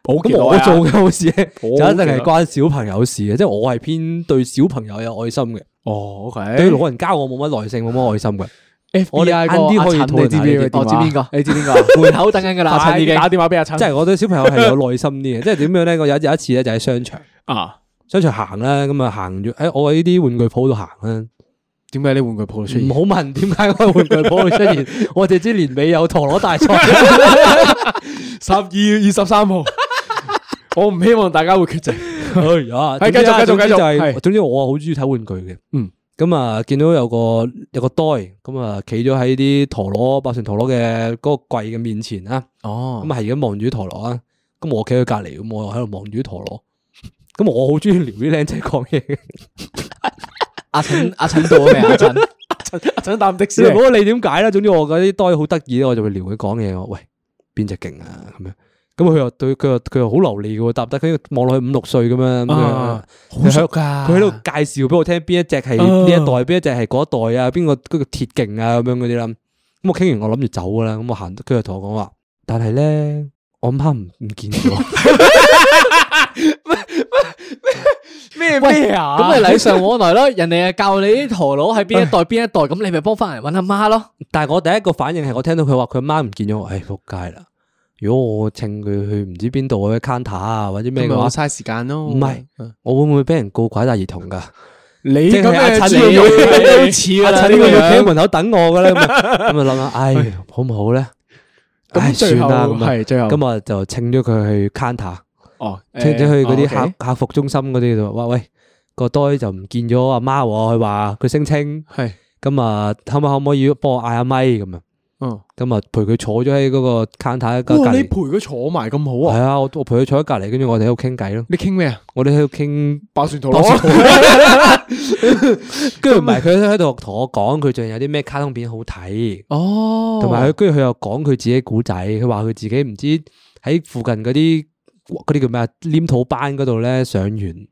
好
咁我做嘅好事咧，就
我
一定係關小朋友事嘅，即係我係偏對小朋友有愛心嘅，
哦，OK，
對老人家我冇乜耐性，冇乜愛心嘅。我哋
FBI
晏啲可以
個阿陳，你知唔知佢電
我
話
知邊個？
你知邊個？
門口等緊噶啦，阿
快
陳已
啲
經
打電話俾阿 陳。
即係我對小朋友係有耐心啲嘅，即係 點樣咧？我有有一次咧就喺商場，
啊，
商場行啦，咁啊行咗，喺我喺呢啲玩具鋪度行
嗯
啦，
點解你玩具鋪出
唔
現？
好問點解我喺玩具鋪度出現， 我哋知年尾有陀螺大賽， 哎
十二月二十三號，我唔希望大家會缺席。
哎呀，
係繼續繼續繼續
總之就係
係
總之我好中意睇玩具嘅，
嗯，
咁啊見到有個有個袋，咁啊企咗喺啲陀螺百旋陀螺嘅嗰個櫃嘅面前啊。
哦
咁係咁望住啲陀螺啊，咁我企佢隔離，咁我又喺度望住啲陀螺，咁我好中意撩啲僆仔講嘢嘅，
阿陳阿陳到咗未？啊阿陳
阿陳搭的士
你
嚟
唔，好理點解啦，總之我嗰啲袋好得意咧，我就會撩佢講嘢，我話喂邊只勁啊咁樣，咁佢又對佢又佢又好流利嘅喎，答得佢望落去五六歲咁樣咁樣
啊。好熟噶。
佢喺度介紹俾我聽邊一隻係呢一代，邊一隻係嗰一代啊，邊個嗰個鐵勁啊咁樣嗰啲啦。咁我傾完我諗住走噶啦，咁我行，佢就同我講話，但係咧我媽唔唔見 咗。
咩咩啊？
咁咪禮尚往來咯。人哋係教你啲陀螺喺邊一代邊一代，咁你咪幫翻人揾阿媽咯。
但係我第一個反應係我聽到佢話佢阿媽唔見咗，我唉仆街啦！如果我請佢去唔知邊度嘅 counter 啊或者咩
咁
嘅
咪我
話，
嘥時間咯。
唔係我會唔會俾人告拐帶兒童噶？
你
即
咁
係阿
嘅
陳
專業
你
都似
阿
啦，
陳
啊
會
呢個
唔會企喺
樣。哎
門口等我噶咧？咁 啊咁啊諗下，唉好唔好咧？唉
咁最後
算啦咁啊
係最後
咁我就請咗佢去 counter，
哦，
請咗去嗰啲
誒
客客服中心嗰啲度，話喂個袋就唔見咗阿媽喎，佢話佢聲稱
哦係
咁啊，可唔可可唔可以幫我嗌阿咪咁啊？
嗯。
咁啊陪佢坐咗喺嗰個 counter 隔
哇！你
離
陪。佢坐埋咁好哦啊？
系啊，我我陪佢坐喺隔離，跟住我哋喺度傾偈咯。
你傾咩啊？
我哋喺度傾，
爆旋陀
螺
螺。
跟住唔係佢喺度同我講，佢最近有啲咩卡通片好睇，
哦，
同埋佢跟住佢又講佢自己古仔。佢話佢自己唔知喺附近嗰啲嗰啲叫咩啊黏土班嗰度咧上完，咁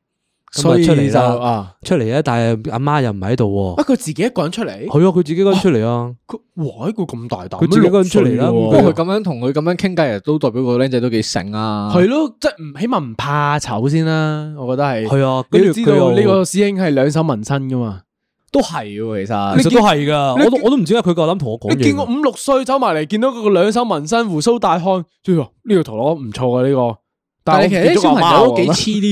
所
啊
以
出嚟
就
啦，
啊，
出嚟咧，但系阿媽又唔喺度
啊
喎，
佢自己一個人出嚟，
係啊，佢自己嗰陣出嚟啊，
佢哇呢個咁大膽，
佢自己一個人出嚟啦
不過佢咁樣同佢咁樣傾偈，都代表個僆仔都幾醒啊。
系咯，即系唔起碼唔怕醜先啦，我覺得係。
係啊，
你
跟住
要知
佢
道
又
呢個師兄係兩手紋身噶嘛？
都係喎，其實
其實都係噶，
你
我都
見
我都唔知點解佢夠膽同我講
你見我
嘢。
五六歲走埋嚟，見到嗰個兩手紋身、胡鬚大漢，即係話呢個陀螺唔錯啊呢個。
但係
係我
其實
唔
啲
記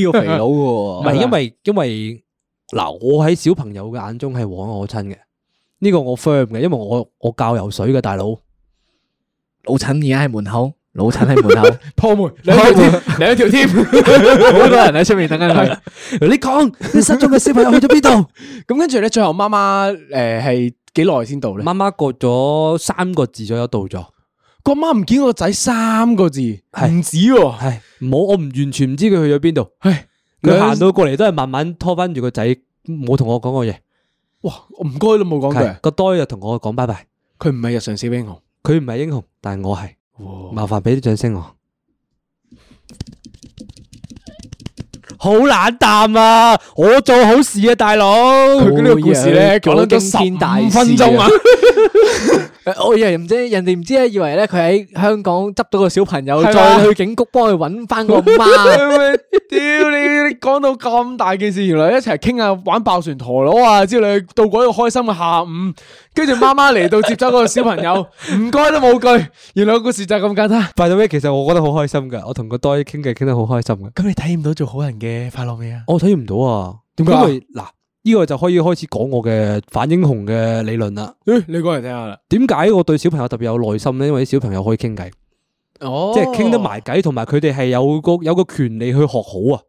小
咗
朋
個
友
阿
都幾黐呢個肥佬
唔
媽 喎
嘅
啊
喎。
係因為因為嗱，我喺小朋友嘅眼中係枉我親嘅，呢個我 firm 嘅，因為我我教游水嘅大佬，
老陳而家喺門 口，老陳喺門口，
破門兩條添，兩條添。
好多人喺出面等緊 佢。
你講你失蹤嘅小朋友去咗邊度？
咁跟住咧，最後媽媽诶係幾耐先到 咧？
媽媽過咗三個字左右到咗，
個媽唔見個仔三個字，唔止喎。
係冇我唔完全唔知佢去咗邊度。
唉
佢
兩
行到過嚟都係慢慢拖翻住個仔，冇同我講過嘢。
哇，我唔該都冇講
係
句，
個袋就同我講拜拜。
佢唔係日常小英雄。
佢唔係英雄，但係我係。麻煩俾啲掌聲我。好冷淡啊！我做好事啊，大佬。
佢呢個故事咧講咗十五分鐘啊！
我以為唔知人哋唔知咧，以為咧佢喺香港執到個小朋友，
係嘛
再去警局幫佢揾翻個 媽。
屌你！你講到咁大件事，原來一齊傾下玩爆旋陀螺啊之類，到嗰個開心嘅下午，跟住媽媽嚟到接走個小朋 友，唔該都冇句，原來個故事就係咁簡單。
by the way，其實我覺得好開心噶，我同個袋傾偈傾得好開心嘅。
咁你體驗到做好人嘅快樂未啊？
我睇唔到啊，
點解
解？
啊
因為嗱，呢個就可以開始講我嘅反英雄嘅理論啦。
誒，你講嚟聽下啦。
點解我對小朋友特別有耐心咧？因為啲小朋友可以傾偈。
哦
即係傾得埋偈，同埋佢哋係有個有個權利去學好啊！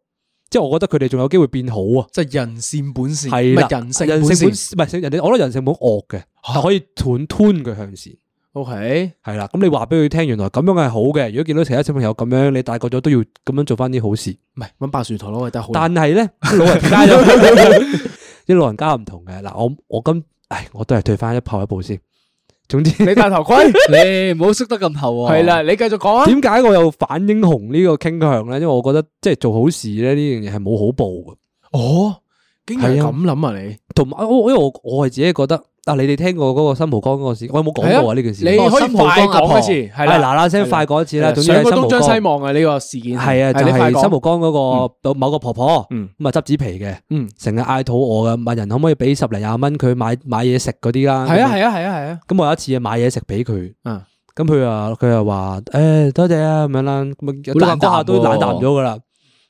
即係我覺得佢哋仲有機會變好啊！
就人善本善，
係
唔
啦，
係人性
人
本
性
善
本。唔係人哋，我覺得人性本惡嘅，但可以斷吞佢向善。
O K，
係啦，咁你話俾佢聽，原來咁樣係好嘅。如果見到其他小朋友咁樣，你大個咗都要咁樣做翻啲好事。
唔係揾爆旋陀螺係得好。
但係 咧，老人家就啲老人家唔同嘅。嗱，我我今唉，我都係退翻一跑一步先。總之，
你戴 頭盔
你唔好縮得咁厚喎。
係啦，，你繼續講啊。
點解我有反英雄呢個傾向咧？因為我覺得即係做好事咧呢樣嘢係冇好報嘅。
哦，竟然係
係啊
咁諗啊你。
同埋我因為我我係自己覺得啊，你哋聽過嗰個新蒲江嗰個事，我有冇講過啊呢件事？
你
哦
可以
新蒲江
快
阿
講
婆
一次，係
係
啦，
嗱嗱聲
係啦啊
快講一次啦，總之
上
係
個
新蒲
東張西
江。
望啊！呢個事件
係啊，就
你快
係
講
新蒲江嗰個某個婆婆，咁
嗯
啊執紙皮嘅，
嗯，
成日嗌肚餓嘅，問人可唔可以俾十零廿蚊佢買買嘢食嗰啲啦。
係啊
咁
係啊係啊係啊，
咁我有一次啊買嘢食俾佢，
嗯
咁佢啊佢又話誒多謝啊咁樣啦，咁啊
好冷淡
嗰下都
喎
冷淡咗噶啦。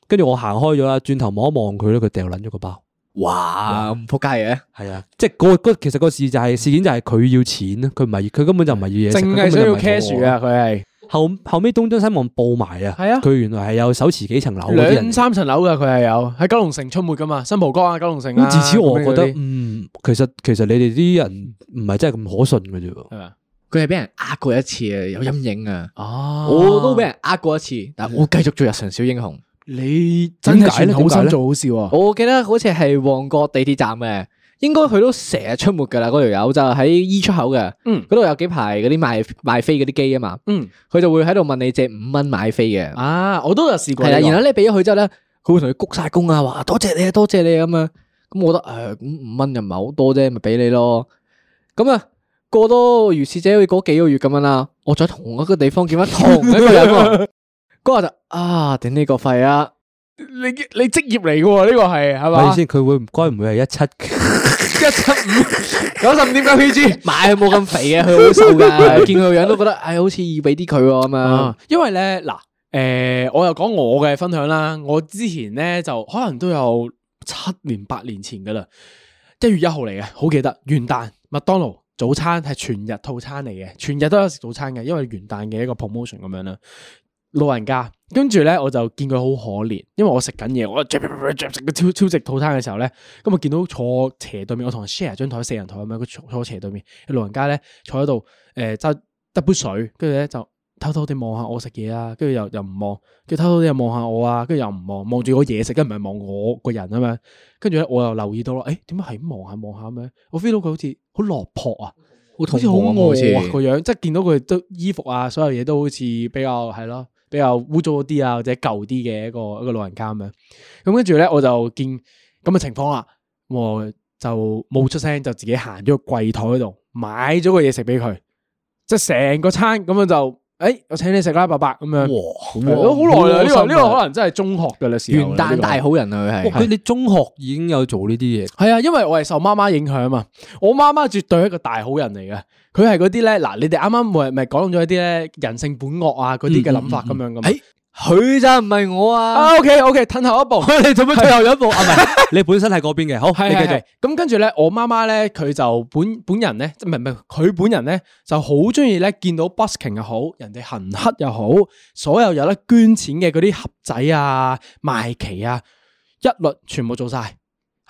跟住我行開咗啦，轉頭望一望佢咧，佢掉撚咗個
啊
包。
哇，咁仆街嘅。
系啊，即系嗰嗰其實個事就係事件就係佢要錢啊咯，佢唔係佢根本就唔係要嘢食，
嗯淨
佢根
係
本
需
就
要
唔係肚餓
cash 啊！！佢
後後尾東張西望報埋啊，
係啊
佢原來係有手持幾層樓嗰
係
啲
兩
人。
三層啊樓嘅，佢係有喺九龍城出沒噶嘛，新蒲江啊、九龍城啊。
咁自此我覺得
咁樣嗰啲
嗯，其實其實你哋啲人唔係真係咁可信嘅啫喎。
係咪啊
佢係俾人呃過一次啊，有陰影啊。
哦
我都俾人呃過一次，但我繼續做日常小英雄。
你真
點
係
解咧
算好
點解
心
咧
做好事喎。
我記得好似係旺角地鐵站嘅，應該佢都成日出沒噶啦。嗰條友就喺 E 出口嘅，
嗯
嗰度有幾排嗰啲賣賣飛嗰啲機啊嘛，
嗯
佢就會喺度問你借五蚊買飛嘅，
啊，我都有試過
係
呢
啦。
個。
然後咧俾咗佢之後咧，佢會同你鞠晒躬啊，話多謝你啊，多謝你啊咁樣。咁我覺得誒，呃咁五蚊又唔係好多啫，咪俾你咯。咁啊，過多如是者好似嗰幾個月咁樣啦，我在同一個地方見翻同一個人 喎，嗰日就啊頂你個肺啊！
你你職業嚟嘅喎，呢個係係
睇
嘛？
先，佢會唔該唔會係一七？
一七五 九十五點九 PG
買佢冇咁肥嘅，佢好瘦噶，見佢個樣都覺得，哎唉，好似要俾啲佢喎咁樣
啊。！因為咧嗱，誒我又講我嘅分享啦，我之前咧就可能都有七年八年前噶啦，一月一號嚟嘅，好記得元旦麥當勞。早餐係全日套餐嚟嘅，全日都有食早餐嘅，因為元旦嘅一個 promotion 咁樣啦。老人家，跟住咧我就見佢好可憐，因為我食緊嘢，我嚼嚼嚼嚼食個超超值套餐嘅時候咧，咁啊見到坐斜對面，我同人 share 張台四人台咁樣，佢坐坐斜對面，老人家咧坐喺度，誒揸得杯水，跟住咧就偷偷地望下我食嘢啊，跟住又又唔望，跟住偷偷地又望下我啊，跟住又唔望，望住個嘢食，跟住唔係望我個人啊嘛，跟住咧我又留意到咯，誒點解係咁望下望下咁樣，我 feel 到佢好似好落魄啊！
好
好似好
餓啊
餓啊個樣，即係見到佢都衣服啊，所有嘢都好似比較係咯，比較污糟啲啊，或者舊啲嘅一個一個老人家咁樣。咁跟住咧，我就見咁嘅情況啦，我就冇出聲，就自己行咗個櫃台嗰度買咗個嘢食俾佢，即係成個餐咁樣就，誒、哎我請你食啦，伯伯咁樣。啊係咯好啊耐啦，呢個呢個可能真係中學嘅啦，時候
元
啦啊
旦
呢個
大好人啊，佢
佢
系
你中學已經有做呢啲嘢，
系啊，因為我係受媽媽影響啊。我媽媽絕對係一個大好人嚟嘅，佢係嗰啲咧嗱，你哋啱啱咪咪講咗一啲咧人性本惡啊嗰啲嘅諗法咁樣噶嘛。
佢咋唔系我啊，
啊，OK OK，褪後一步，你做乜退後一步？
啊唔係 你本身係嗰邊嘅，好，
係
你繼
係
續
係。咁跟住咧，我媽媽咧，佢就本本人咧，即係唔係唔係佢本人咧，就好中意咧，見到 busking 又好，人哋行乞又好，所有有得捐錢嘅嗰啲盒仔啊、賣旗啊，一律全部做晒。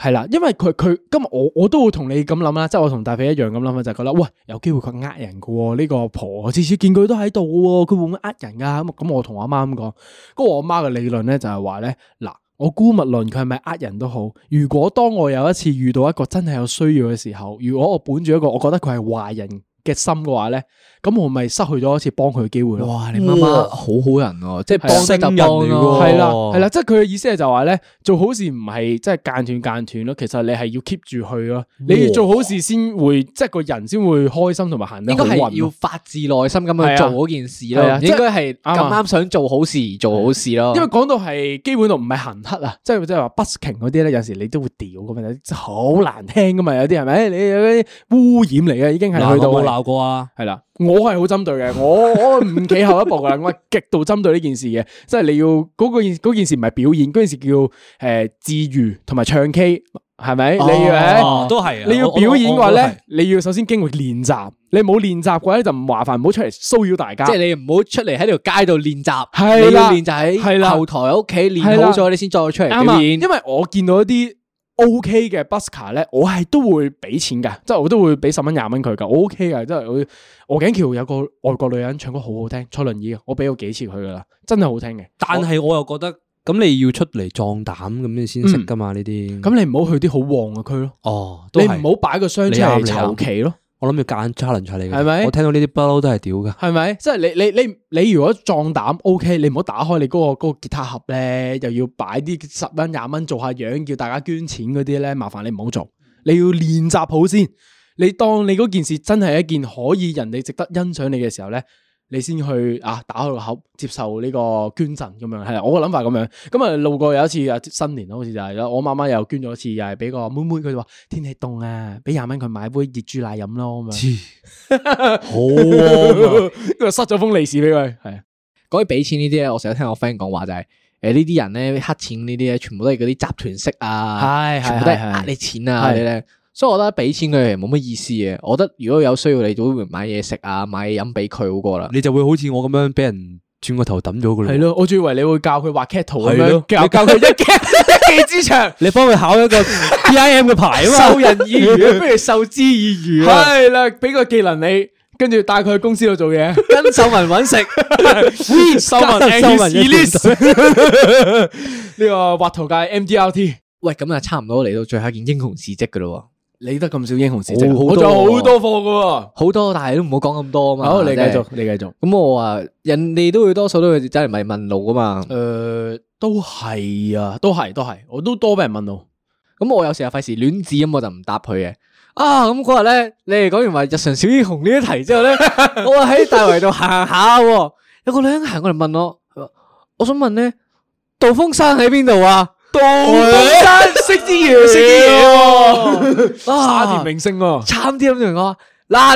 係啦，因為佢佢今日我我都會同你咁諗啦，即係我同大肥一樣咁諗啊，就係覺得喂有機會佢呃人嘅喎，呢、個阿婆次次見佢都喺度喎，佢會唔會呃人啊？咁咁我同我阿媽咁講，咁我阿媽嘅理論咧就係話咧嗱。我姑勿論佢係咪呃人都好，如果當我有一次遇到一個真係有需要嘅時候，如果我本住一個我覺得佢係壞人嘅心嘅話咧，咁我咪失去咗一次幫佢嘅機會咯。
哇，你媽媽
哇
好好人喎，即係幫
聖
得就
人
幫咯，
嚟喎
係啦，
哦
係啦，即係佢嘅意思係就話咧，做好事唔係即係間斷間斷咯，其實你係要 keep 住去咯，
嗯
你要做好事先會，即係個人先會開心同埋行得
應
好
該係
運
要
咯。
發自內心咁樣
係啊
做嗰件事
係
咯，
啊
唔
即
應
係
該係咁
啱啊
啱想做好事而做好事咯。
因為講到係基本度唔係行乞啊，即係即係話 busking 嗰啲咧，有時你都會屌噶嘛，有啲好難聽噶嘛，有啲係咪？你有啲污染嚟嘅，已經係
嗱，我
去到
冇
係
鬧過啊，
系啦，我係好針對嘅，我我唔企後一步噶啦，我係極度針對呢件事嘅， 即係你要嗰個件嗰件事唔係表演，嗰件事叫诶自娛同埋唱 K，係咪？
哦
你要
哦
誒
哦都係啊。
你要
我
表演嘅話，
我我我都係
咧，你要首先經過練習，你冇練習嘅話咧就唔麻煩，唔好出嚟騷擾大家
即。係你唔好出嚟喺條街度練習，
啊係啦
你要練習
係
喺
啦
後台屋企
係
練
啦
好咗，你先再出嚟
啱啊，
表演
因。為我見到一啲 OK 嘅 busker 咧，我係都會俾錢噶，即係我都會俾十蚊廿蚊佢噶，我 OK 噶，即係我我景橋有個外國女人唱歌好好聽，坐輪椅嘅，我俾過幾次佢噶啦，真係好聽嘅。
但係我又覺得咁你要出嚟壯膽咁你先識噶嘛呢啲。
嗯咁你唔好去啲好旺嘅區咯，
哦，都
你
係
唔好擺個商
你
場
啱
嚟
你啱
籌旗咯，
我諗要夾硬 challenge 下你嘅，
係咪
我聽到呢啲不嬲都係屌噶。
係咪？即係你你你你如果壯膽 OK，你唔好打開你嗰、個嗰個吉他盒咧，又要擺啲十蚊廿蚊做下樣，叫大家捐錢嗰啲咧，麻煩你唔好做，你要練習好先。你當你嗰件事真係一件可以人哋值得欣賞你嘅時候咧，你先去啊打開個口接受呢個捐贈咁樣，係啦，我個諗法咁樣。咁啊路過有一次啊新年咯，好似就係啦，我媽媽又捐咗一次，又係俾個妹妹佢話天氣凍啊，俾廿蚊佢買杯熱豬奶飲咯咁樣。
好喎，
佢塞咗封利是俾佢，系
講起俾錢呢啲咧，我成日聽我 friend 講話就係，誒呢啲人咧黑錢呢啲咧，全部都係嗰啲集團式啊，
係
全部都係呃你錢啊嗰
係
啲咧。所以我覺得俾錢佢係冇乜意思嘅。我覺得如果有需要，你都會買嘢食啊，買嘢飲俾佢好過啦。
你就會好似我咁樣俾人轉個頭抌咗噶啦。
系，咯，我仲以為你會教佢畫 cat 圖咁
係
樣
咯，
教教佢一技一技之長，
你幫佢考一個 D I M 嘅牌啊
授
嘛。
人以魚，不如授之以漁啊！ 係啦，俾個技能你，跟住帶佢去公司度做 嘢，
跟秀文 揾食，
收文收
收
文
文一
list 呢個畫圖界 MDRT，
喂，咁啊差唔多嚟到最後一件英雄事蹟噶咯
你得咁少英雄事
蹟
哦我仲有好多課噶。
喎，好多但係都唔好講咁多啊嘛。
好，你繼
真係
續，你繼續。
咁我話人哋都會多數都會走嚟咪問路噶嘛。
誒，呃都係啊，都係，都係，我都多俾人問我。
咁我有時候費事亂指咁，我就唔答佢嘅。啊，咁嗰日咧，你哋講完話日常小英雄呢 一題之後咧，我喺大圍度行下喎，有個女人行過嚟問我，佢話我想問咧，道風山喺邊度啊？
杜風山識啲嘢，識啲嘢喎，
啊
沙田明星喎。
慘啲咁同我話，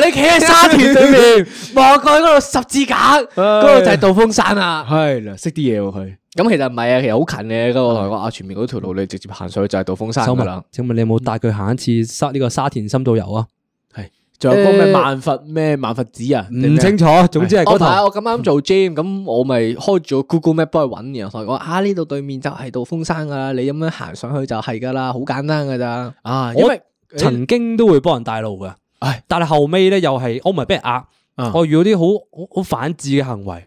嗱，你企喺沙田對 面，望過去嗰度十字架，嗰度就係道風山啊。
系啦，識啲嘢喎佢。
咁其實唔係啊，其實好近嘅。跟住我同佢講啊，前面嗰條路你直接行上去就係道風
收
山噶
文
啦。，
請問你有冇帶佢行一次沙呢個沙田深度遊啊？
仲有嗰個
誒
咩萬佛咩哎萬佛寺啊？
唔清楚，總之係
我唔
嗰
係啊
頭。
我咁啱做 gym，咁我咪開咗 Google Map 幫佢揾，然後同佢講啊呢度對面就係道風山噶啦，你咁樣行上去就係噶啦，好簡單噶咋。
啊，因為
我曾經都會幫人帶路嘅
唉，
但係後尾咧又係我唔係俾人呃
哎啊，
我遇到啲好好好反智嘅行為，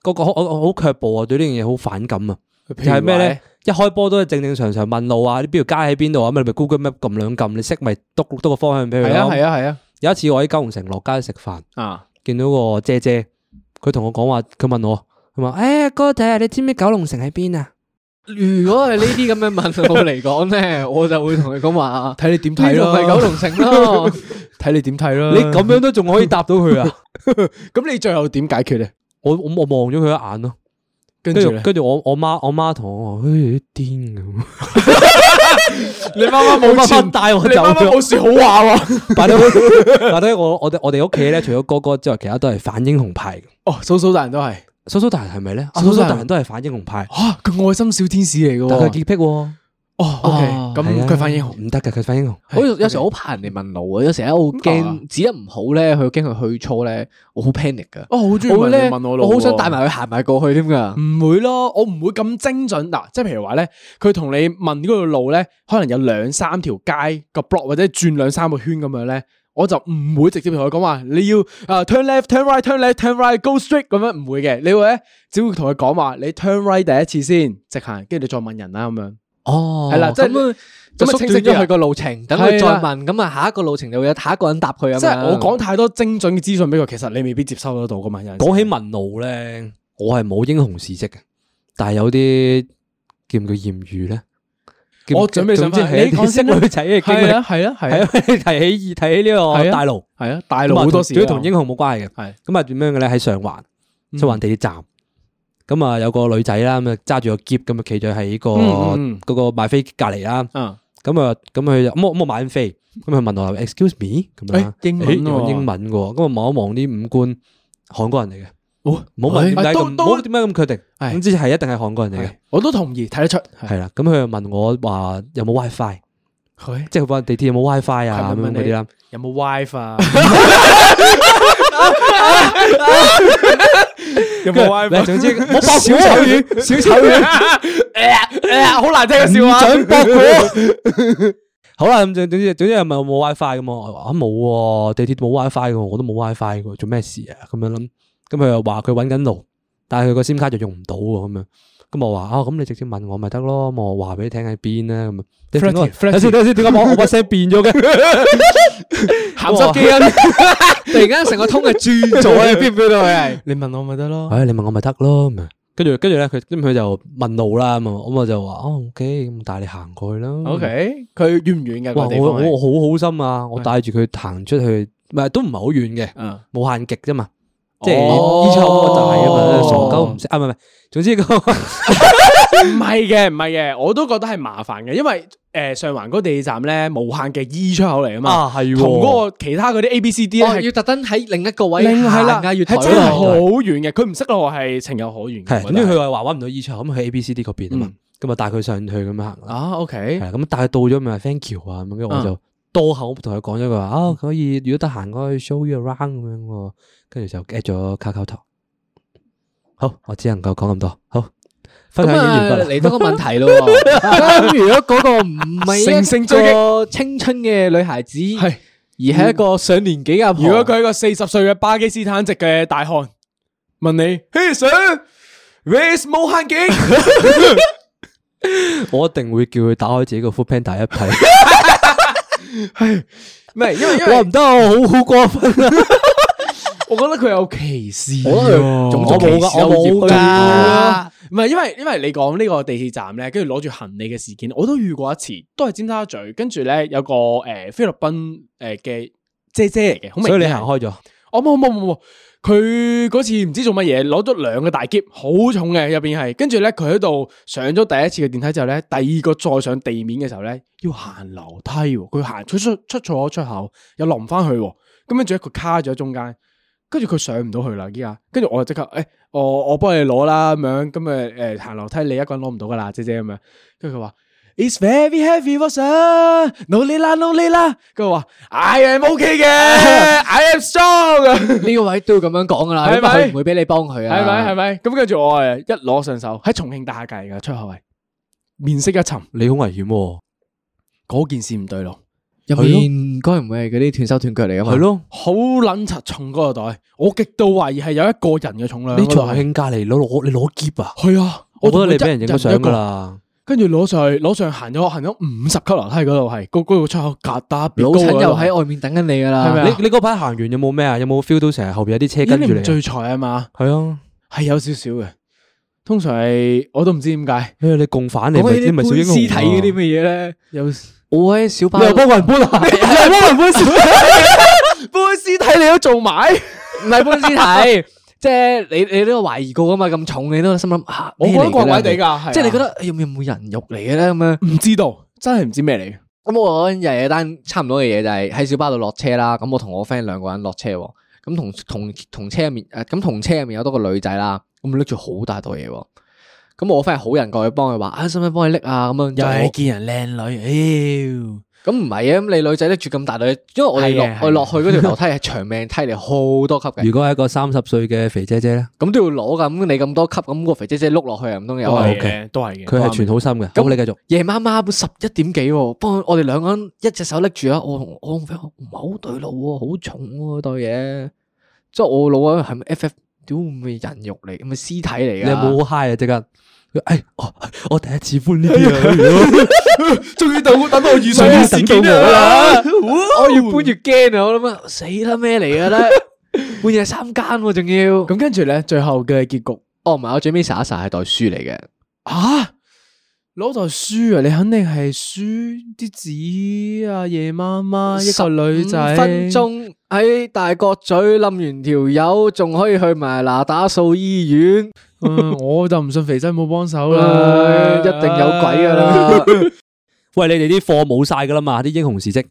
個個好我我好卻步啊，對呢樣嘢好反感啊。就係咩咧？？一開波都係正正常常問路啊，呢邊條街喺邊度啊？咁你咪 Google Map 撳兩撳，你識咪篤篤個方向俾
系
佢
啊
咯。
係啊係啊
有一次我喺九龍城落街食飯，
啊！
見到個姐姐，佢同我講話，佢問我：佢話：诶哥仔，你知唔知九龍城喺邊啊？
如果係呢啲咁嘅問號嚟講咧，我就 會同佢講話，
睇你點
呢
睇
度
咯，
咪九龍城 咯。
睇你點睇咯。
你咁樣都仲可以答到 佢啊？
咁你最後點解決咧？
我我我望咗佢一眼咯，
跟
跟
住
住
呢
跟住我我媽我媽同我話：，唉你癲咁，
你媽媽
我
冇
媽
錢
媽，帶我
你
走
媽媽
咗。
冇事好話喎。
但係但係我我哋我哋屋企咧，除咗哥哥之外，其他都係反英雄派嘅。
哦，嫂嫂大人都係
蘇蘇大人係咪咧？啊
蘇
蘇
蘇
蘇
大人
大人都係反英雄派，
啊，佢愛心小天使嚟嘅
但佢係
喎。
潔癖喎。
哦，OK，
哦
係
咁
啊
佢反英雄。
唔得㗎，佢反英雄。
我有有時好怕人哋問路啊，有時咧我
點解啊
驚指得唔好咧，佢驚佢去錯咧，我好 panic 噶。
哦，好中意
我
問
咧，
你問我路喎。嗯
我好想帶埋佢行埋過去添噶。
唔會咯，我唔會咁精準嗱，即係譬如話咧，佢同你問嗰個路咧，可能有兩三條街個 block 或者轉兩三個圈咁樣咧，我就唔會直接同佢講話你要啊、turn left turn right turn left turn right go straight 咁樣唔會嘅，你會咧只會同佢講話你 turn right 第一次先直行，跟住你再問人啦咁樣，
哦
係啦即係
咁啊就
咁啊
縮
清
短
晰啲啦
咗佢個路程，等佢
係
再
啦
問，咁啊下一個路程就會有下一個人答佢咁樣。
即係我講太多精準嘅資訊俾佢，其實你未必接收得到噶嘛。有陣時
講起問路咧，我係冇英雄事跡嘅，但係有啲叫唔叫豔遇咧？叫唔
我準備想
總之
問
係
你
一啲
講
識
先啦
女仔嘅經
係啊
歷，
係啊
係
係啊
啊，你 提起提起呢
係啊
個大路，
係啊，大陸好多時
仲
都
要同英雄冇關係嘅。
係嗯
咁啊點樣嘅咧？喺上環上環地鐵站，咁啊有個女仔啦，咁啊揸住個箧咁啊企咗喺個
嗯嗯嗯
嗰個賣飛隔離啦。
啊
咁啊，咁佢就咁我咁我買緊飛，咁佢問我 excuse me 咁樣啦，
誒哎英文
誒
喎
用英文嘅喎，咁我望一望啲五官，韓國人嚟嘅，
哦
冇問點解
都
咁，
都哎
冇點解咁確定，
係
總之係一定係韓國人嚟
係
嘅，
我都同意睇得出係
係啦，咁佢就問我話有冇 WiFi，
佢。
即係佢話地鐵有冇 WiFi 啊
係
咁
咪
樣
問你
嗰啲啦，
有冇 wife 啊？ 有啊
跟住 嗱總 之我博小丑魚，小丑
好難聽嘅笑話，
準 博我。 好啦，咁就總之總之又問我冇 WiFi 咁我話啊冇喎，地鐵冇 WiFi 嘅，我都冇 WiFi 嘅，做咩事啊？咁樣諗，咁佢又話佢揾緊路，但係佢個 SIM 卡就用唔到喎，咁樣。咁我話啊，咁你直接問我咪得咯，咁我話俾你聽喺邊咧，咁啊。你點解
Flirty, flirty
等先 等先，點解我我把聲變咗 嘅？
鹹濕基因。
突然間成個通係轉
啊
咗，你 feel 唔 feel 到佢係？
你問我咪得咯。
唉，你問我咪得咯，咁樣啊跟住跟住咧，佢咁佢就問路啦，咁啊，咁我就話哦，OK，咁帶你行過去啦。
OK，佢遠唔遠嘅
哇！
個地
我
方係？
我好好心啊，我帶住佢行出去，唔係都唔係好遠嘅，
嗯
無限極啫嘛，即係
哦
依出我大啊嘛，
哦
傻鳩唔識啊，唔係唔係，總之個
唔係嘅，唔係嘅，我都覺得係麻煩嘅，因為誒上環嗰個地鐵站咧無限嘅 E 出口嚟啊 嘛，
係
同嗰個其他嗰啲 A、B、C、D 咧
哦，要
係
特登喺另一個位
另係
行
啦，
啊，要
係
抬
真
嗰
係
度
好遠嘅，佢唔識路係情有可原嘅。
係，
我
跟
覺
住
得
佢又話揾唔到依出口，咁去 A、B、C、D 嗰邊啊嘛
嗯，
咁啊帶佢上去咁樣行啦，
啊嗯
係
OK，
啦，咁帶佢到咗咪話 thank you 啊，咁跟住我就多口同佢講咗句話，啊可以如果得閒可以 show you around 咁樣喎，跟住就 get 咗卡卡頭。好，我只能夠講咁多，好，分
咁
享已經
啊
完畢啦，
嚟到個問題咯喎。咁如果嗰個唔
乘
係
勝
一
追
個青春嘅女孩子，
係。
而係一個上年紀嘅阿婆
如果佢係一個四十歲嘅巴基斯坦籍嘅大漢，問你，Hey sir，where's 無限極？
我一定會叫佢打開自己個 food panda 一睇。
唔係，因為因
哇
為
唔得啊！我好好過分啊！
我覺得佢有歧視啊
我覺得佢
喎，
種
族歧視
㗎
有
我冇
嚴重
噶，唔係因為因為你講呢個地鐵站咧，跟住攞住行李嘅事件，我都遇過一次，都係尖沙咀，跟住咧有個誒菲律賓誒嘅姐姐嚟嘅，好 明顯
所以你
係
行開咗，
我哦冇冇冇冇，佢嗰次唔知做乜嘢，攞咗兩個大箧，好重嘅入邊係，跟住咧佢喺度上咗第一次嘅電梯之後咧，第二個再上地面嘅時候咧，要行樓梯喎，佢行出出出錯咗出口，又落唔翻去喎，咁跟住咧佢卡咗喺中間，跟住佢上唔到去啦依家，跟住我就即刻誒、欸我我幫你攞啦咁樣，咁誒誒行樓梯你一個人攞唔到噶啦，姐姐咁樣，跟住佢話。It's very heavy, what's up？努力啦，努力啦！佢話：I am OK 嘅，I am strong。
呢個位都要咁樣講噶啦，
係
因為
咪
佢唔會俾你幫佢啊，
系咪系咪？咁跟住我诶一攞上手，喺重慶打界噶出口位，面色一沉，
你好危險喎。
嗰件事唔對路，
入面該唔會係嗰啲斷手斷腳嚟
啊
噶嘛？
係，咯，
好撚柒重嗰個袋，我極度懷疑係有一個人嘅重量
你
嗰度
重
係。啊
慶隔離攞攞你攞劫啊！
系啊，
我覺得你俾人
同
影咗
佢一
相
人一個
噶。啦。
跟住攞上去，攞上去行咗行咗五十級樓梯嗰度係，嗰嗰個出口隔得別
老
高嗰
陳
度
又喺外面等緊你噶
係咪啊
啦，
你你嗰排行完有冇咩啊？有冇 feel 到成日後邊有啲車
咦
跟
你
住
唔
你啊？
聚財啊嘛，
係啊，
係有少少嘅。通常係我都唔知點解
因為哎你共犯你
講
咪
起
你
啲
咪
搬
小英雄
屍體嗰啲
啊
乜嘢咧，
有。
我喺小巴
你又幫人搬啊？ 你又幫人搬屍體，搬屍體你都做埋？
唔係搬屍體，即係你你都有懷疑過噶嘛，咁重你都心諗啊，
我覺得
咩嚟㗎
怪
咧
怪地，㗎，啊
即係你啊覺
得
得有冇有冇人肉嚟嘅咧咁樣？
唔知道，真係唔知咩嚟嘅。
咁我嗰日有單差唔多嘅嘢就係喺小巴度落車啦，咁我同我 friend 兩個人落車喎，咁同同同車入面誒，咁同車入面有多個女仔啦，咁拎住好大袋嘢喎，咁我 friend 係好人過去幫佢話啊，使唔使幫佢拎啊咁樣，就我
見人靚女，
咁唔係嘅，咁你女仔拎住咁大袋，因為我哋落
係嘅係嘅
我哋落去嗰條樓梯係長命梯嚟，好多級嘅，
如果係一個三十歲嘅肥姐姐咧，
咁都要攞噶，咁你咁多級，咁個肥姐姐碌落去啊，唔通有
都
啊？
係嘅，都係嘅。
哦佢係全好心嘅。咁你繼續，
夜晚晚十一點幾喎，幫我哋兩個人一隻手拎住啊！我同我同 friend 話唔係好對路喎，好重喎袋嘢。即係我老啊，係咪 FF？屌咪人肉嚟，咪屍體嚟
你
噶。
有冇好 high 啊？即刻，佢哎，我我第一次搬
哎
呢啲啊，
終於等等到我遇
上呢個事件
啊
啦！
我越搬越驚啊！我諗啊，死啦咩嚟 嘅咧？半夜三更喎，仲要。
咁跟住咧，最後嘅結局
哦，唔係，我最尾查一查係袋書嚟嘅。
啊，攞袋書啊，你肯定係書啲紙啊，夜媽媽一個女仔，
15分鐘喺大角咀冧完條友，仲可以去埋那打素醫院。
嗯我就唔信肥仔冇幫手
唉
啦，
一定有鬼㗎 啦。。
喂，你哋啲貨冇晒噶啦嘛，啲英雄事迹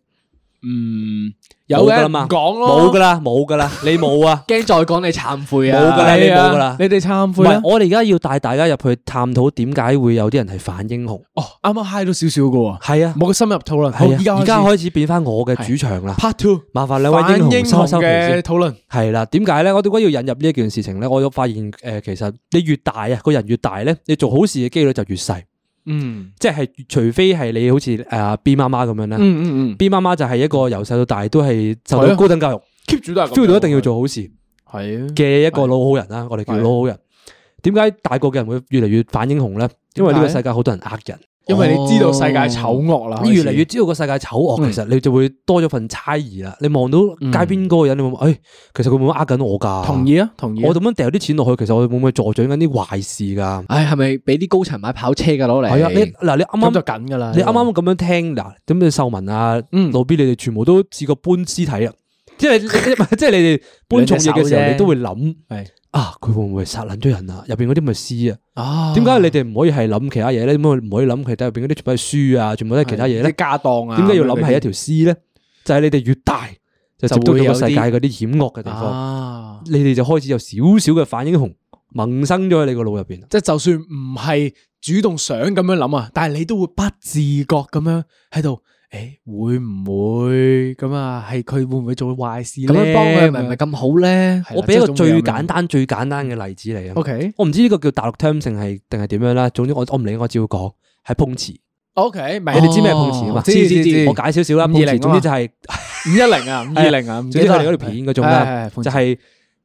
嗯，有
冇㗎
嘅
啦
唔
嘛
講咯，
冇噶啦，冇 噶啦，你冇啊
驚再講你懺悔啊！
冇㗎啦你
係啊
冇㗎啦
你哋懺
唔
悔啦
係，。我哋而家要帶大家入去探討點解會有啲人係反英雄。
哦，啱啱嗨到少少嘅喎，
係啊，
冇個深入討論。好，
係啊，
而
而家
家
開始變翻我嘅主場啦。
part two，
麻煩兩
反
位英
英雄
雄收收皮
嘅
先。
討論。
係啦，點解咧？我點解要引入呢一件事情咧？我有發現誒、呃其實你越大啊，個人越大咧，你做好事嘅機率就越細。
嗯
即係除非係你好似誒、呃 B 媽媽咁樣啦、
嗯嗯嗯
b 媽媽就係一個由細到大都係受
係
到
啊
高等教育
，keep 住都係咁
，feel 到一定要做好事
係啊，
嘅一個老好人啦。我哋叫
係
老好人。點解大個嘅人會越嚟越反英雄咧？因為呢個
點解
世界好多人呃人，
因為你知道世界醜惡啦，
你
開
越
始
嚟越知道個世界醜惡，
嗯
其實你就會多咗份猜疑啦。你望到街邊嗰個人，你會誒、哎其實佢會唔會呃緊我㗎？
同意啊，同意啊。
我咁樣掉啲錢落去，其實我會唔會助長緊啲壞事噶？
唉，係咪俾啲高層買跑車噶攞嚟？
係啊，你嗱，你啱
咁就
啱
緊㗎啦。
你啱啱咁樣聽嗱，咁你秀文啊、
嗯
老 B，你哋全部都試過搬屍體啊，即 係即係你哋搬重嘢嘅
兩
時
隻手
候，
啫
你都會諗
係
啊，佢會唔會殺撚咗人啊？入邊嗰啲咪屍啊？
啊
點解你哋唔可以係諗其他嘢咧？點解唔可以諗其他入邊嗰啲全部係書啊，全部都係其他嘢咧
啲？家當啊，
點解要諗係一
條
條屍咧？就係你哋越大就接
就
觸
會
到個
有
世界
啲
嗰啲險惡嘅地方，
啊？
你哋就開始有少少嘅反英雄萌生咗喺你個腦入邊。
即係啊就算唔係主動想咁樣諗啊，但係你都會不自覺咁樣喺度。誒會唔會咁啊？係佢會唔會做壞事咧？
咁樣幫佢，咪咪咁好咧？
係啦
我俾一個
即係總會
最
有咁
簡單、最簡單嘅例子嚟啊！
OK
我唔知呢個叫大陸 term 定係定係點樣啦。總之我我唔理，我照講係碰瓷。
OK，咪
你哋知咩係碰瓷啊嘛？
哦知知知，啊
我解少少啦。碰
520
瓷總之就係
五一零啊，五二 零啊，唔
總
記
之
得
係你嗰條片嗰種啦，
係係係
就係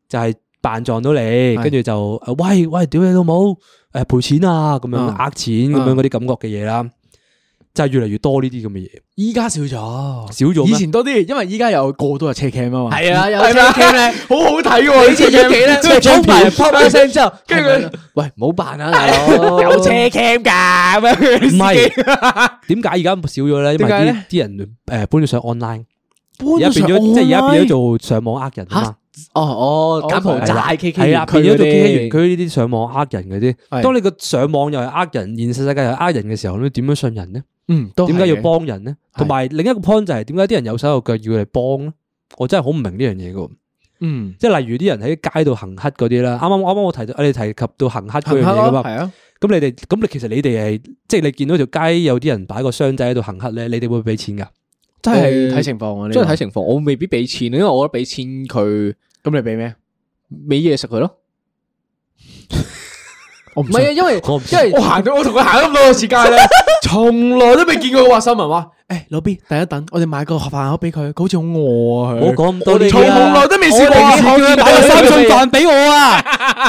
就係扮撞到你，跟住就呃喂喂，屌你老母，誒賠錢啊咁樣，
嗯
呃錢咁樣嗰啲感覺嘅嘢啦，就係越嚟越多呢啲咁嘅嘢，
依家少咗，少
少咗
以
咩？
前多啲，因為依家有個都有車 cam 啊嘛，
係啊，有
係
車
咪
cam 咧，
好好睇喎，
自己 咧，即係裝埋啪一聲之後，
跟
跟
住
住
佢
佢喂，唔好扮啊，大 佬
cam 噶，咁樣
唔係點解而家少咗咧？因為
啊點解
啲
咧
啲人呃誒搬咗上 online，而家變
搬上
咗即係而家變咗
online
做上網呃人啊嘛。
哦哦，柬埔
係啦
寨 K K
係啦，啊
園區
變咗
嗰
做 K K 園
啲，
區呢啲上網呃人嗰啲。
係
當你個上網又係呃人，現實世界又係呃人嘅時候，你點樣信人呢？
嗯，都係
點解要
嘅？
幫人呢？
係
同埋另一個 point 就係點解啲人有手有腳要嚟幫呢？我真係好唔明呢樣嘢噶。
嗯，
即係例如啲人喺街度行乞嗰啲啦，啱啱啱啱我提到，你提及到行乞嗰樣
行
嘢
黑
噶
咯
嘛？
係啊，
咁你哋咁你其實你哋係即係你見到條街有啲人擺個箱仔喺度行乞咧，你哋會俾錢噶？
真係
誒
睇情況啊，呢
真係睇
個
情況。我未必俾錢，因為我覺得俾錢佢
咁你俾咩？
俾嘢食佢咯。
我唔
唔係啊，因為
我唔信
因為
我行咗，我同佢行咗咁多次街咧， 從來都未見過佢話新聞話，誒老 B 等一等，我哋買個飯盒俾佢，佢好似好餓啊佢。
我講咁多呢
哋
啲
從來
啦，
都未試過啊
我哋可以買個三餸飯俾我 啊，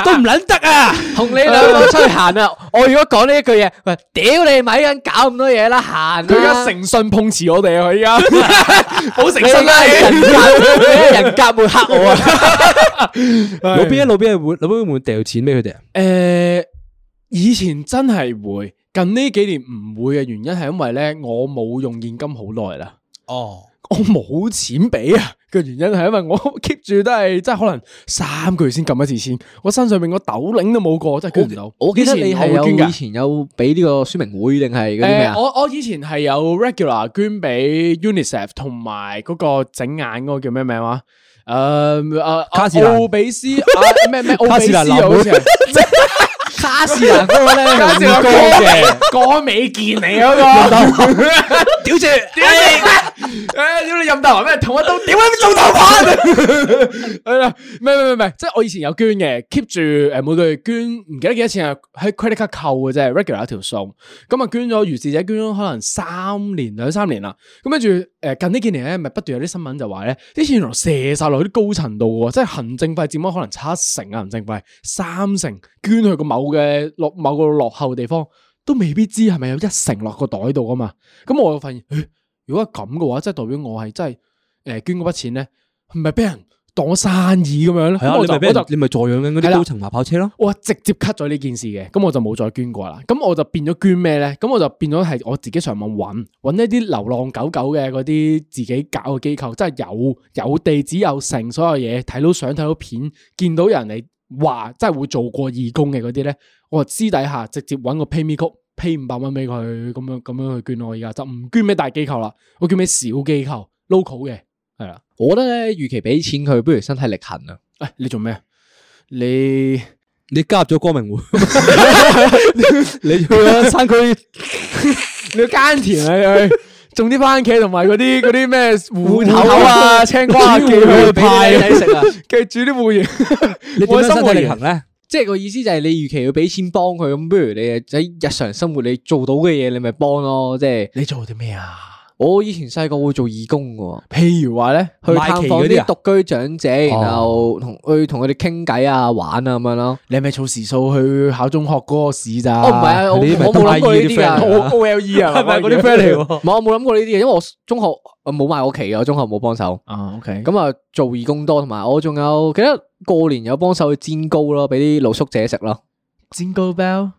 都唔撚得啊！
哎
同你兩個出去行啊！我如果講呢一句嘢，喂，屌你咪緊搞咁多嘢啦，行啦啊
佢而家誠信碰瓷我哋啊！ 佢而家好誠
你
信啊！
係人格，你係人格抹黑我啊！
老邊一老邊係會老邊會唔會掉錢俾佢哋啊？
誒，呃以前真係會，近呢幾年唔會嘅原因係因為咧，我冇用現金好耐啦。
哦，
我冇錢俾啊！個原因係因為我 keep 住都係即係可能三個月先撳一次先，我身上面個斗領都冇過，真係捐唔到。
我記得
以前
你係
我會捐
有以
㗎。
前有俾呢個宣明會定係嗰啲咩
誒，
啊？
我我以前係有 regular 捐俾 UNICEF 同埋嗰個整眼嗰個叫咩名話？誒啊，
卡士蘭
奧比斯啊 咩咩奧
卡
比
士
斯
蘭
啊好似係。
卡士蘭嗰個咧，
卡士蘭
高
哥
嘅，
嗰美健你嗰個，屌住，屌你！誒，屌你任大華咩？同我都屌你做頭髮！係啦，唔係唔係唔係，即係我以前有捐嘅，keep 住誒每個月捐唔記得幾多錢啊，喺 credit card 扣嘅啫，regular 一條數。咁啊捐咗，如是者捐咗可能三年兩三年啦。咁跟住誒近呢幾年咧，咪不斷有啲新聞就話咧，啲錢原來射晒落去啲高層度喎，即係行政費佔咗可能七成啊，行政費三成捐去個某嘅落某個落後地方，都未必知係咪有一成落個袋度啊嘛。咁我就發現，咦如果係咁嘅話，即係代表我係真係誒、呃捐嗰筆錢咧，係咪俾人當咗生意咁樣咧？
系啊，
咁我
你
就
咪俾人
我就
你咪助養緊嗰
係
啲
啦
高層爬跑車咯。
我直接 cut 咗呢件事嘅，咁我就冇再捐過啦。咁我就變咗捐咩咧？咁我就變咗係我自己上網揾揾一啲流浪狗狗嘅嗰啲自己搞嘅機構，真係有有地址有成所有嘢，睇到相睇到片，見到人哋話真係會做過義工嘅嗰啲咧，我就私底下直接揾個 PayMe 曲 pay 五百蚊俾佢，咁樣咁樣去捐咯。我而家就唔捐俾大機構啦，我捐俾小機構 local 嘅，係啦。
我覺得咧，與其俾錢佢，不如身體力行 啊！
誒、你做咩？你？
你加入咗光明會，你去咗山區
你要耕田啊，你去種啲番茄同埋嗰 啲嗰啲咩芋
芋頭
頭啊、青瓜啊，寄去派
俾你仔食啊！
記住啲芋 圓。
你點
我
樣
生
身
活
體力
型
行咧？
即係個意思就係你，與其要俾錢幫佢，咁不如你喺日常生活你做到嘅嘢，你咪幫咯。即係
你做啲咩啊？
我以前細個會做義工嘅
譬如話咧，
喎，去探
賣旗
訪
嗰啲
啲哦
啊
獨居長者，然後同去同佢哋傾偈啊、玩啊咁樣咯。
你係咪儲時數去考中學嗰個試咋？
哦，唔係啊，我
你啲咪
我冇諗過呢
都係義
啲
啲 friend
噶
嚟㗎。
O L E 啊，
係咪嗰啲 friend 嚟喎
唔係，我冇諗過呢啲嘢，因為我中學我冇賣過旗嘅，我中學冇幫手。
啊，OK，咁
咁啊，做義工多，同埋我仲有記得過年有幫手去煎糕咯，俾啲露宿者食咯。
煎糕 bell，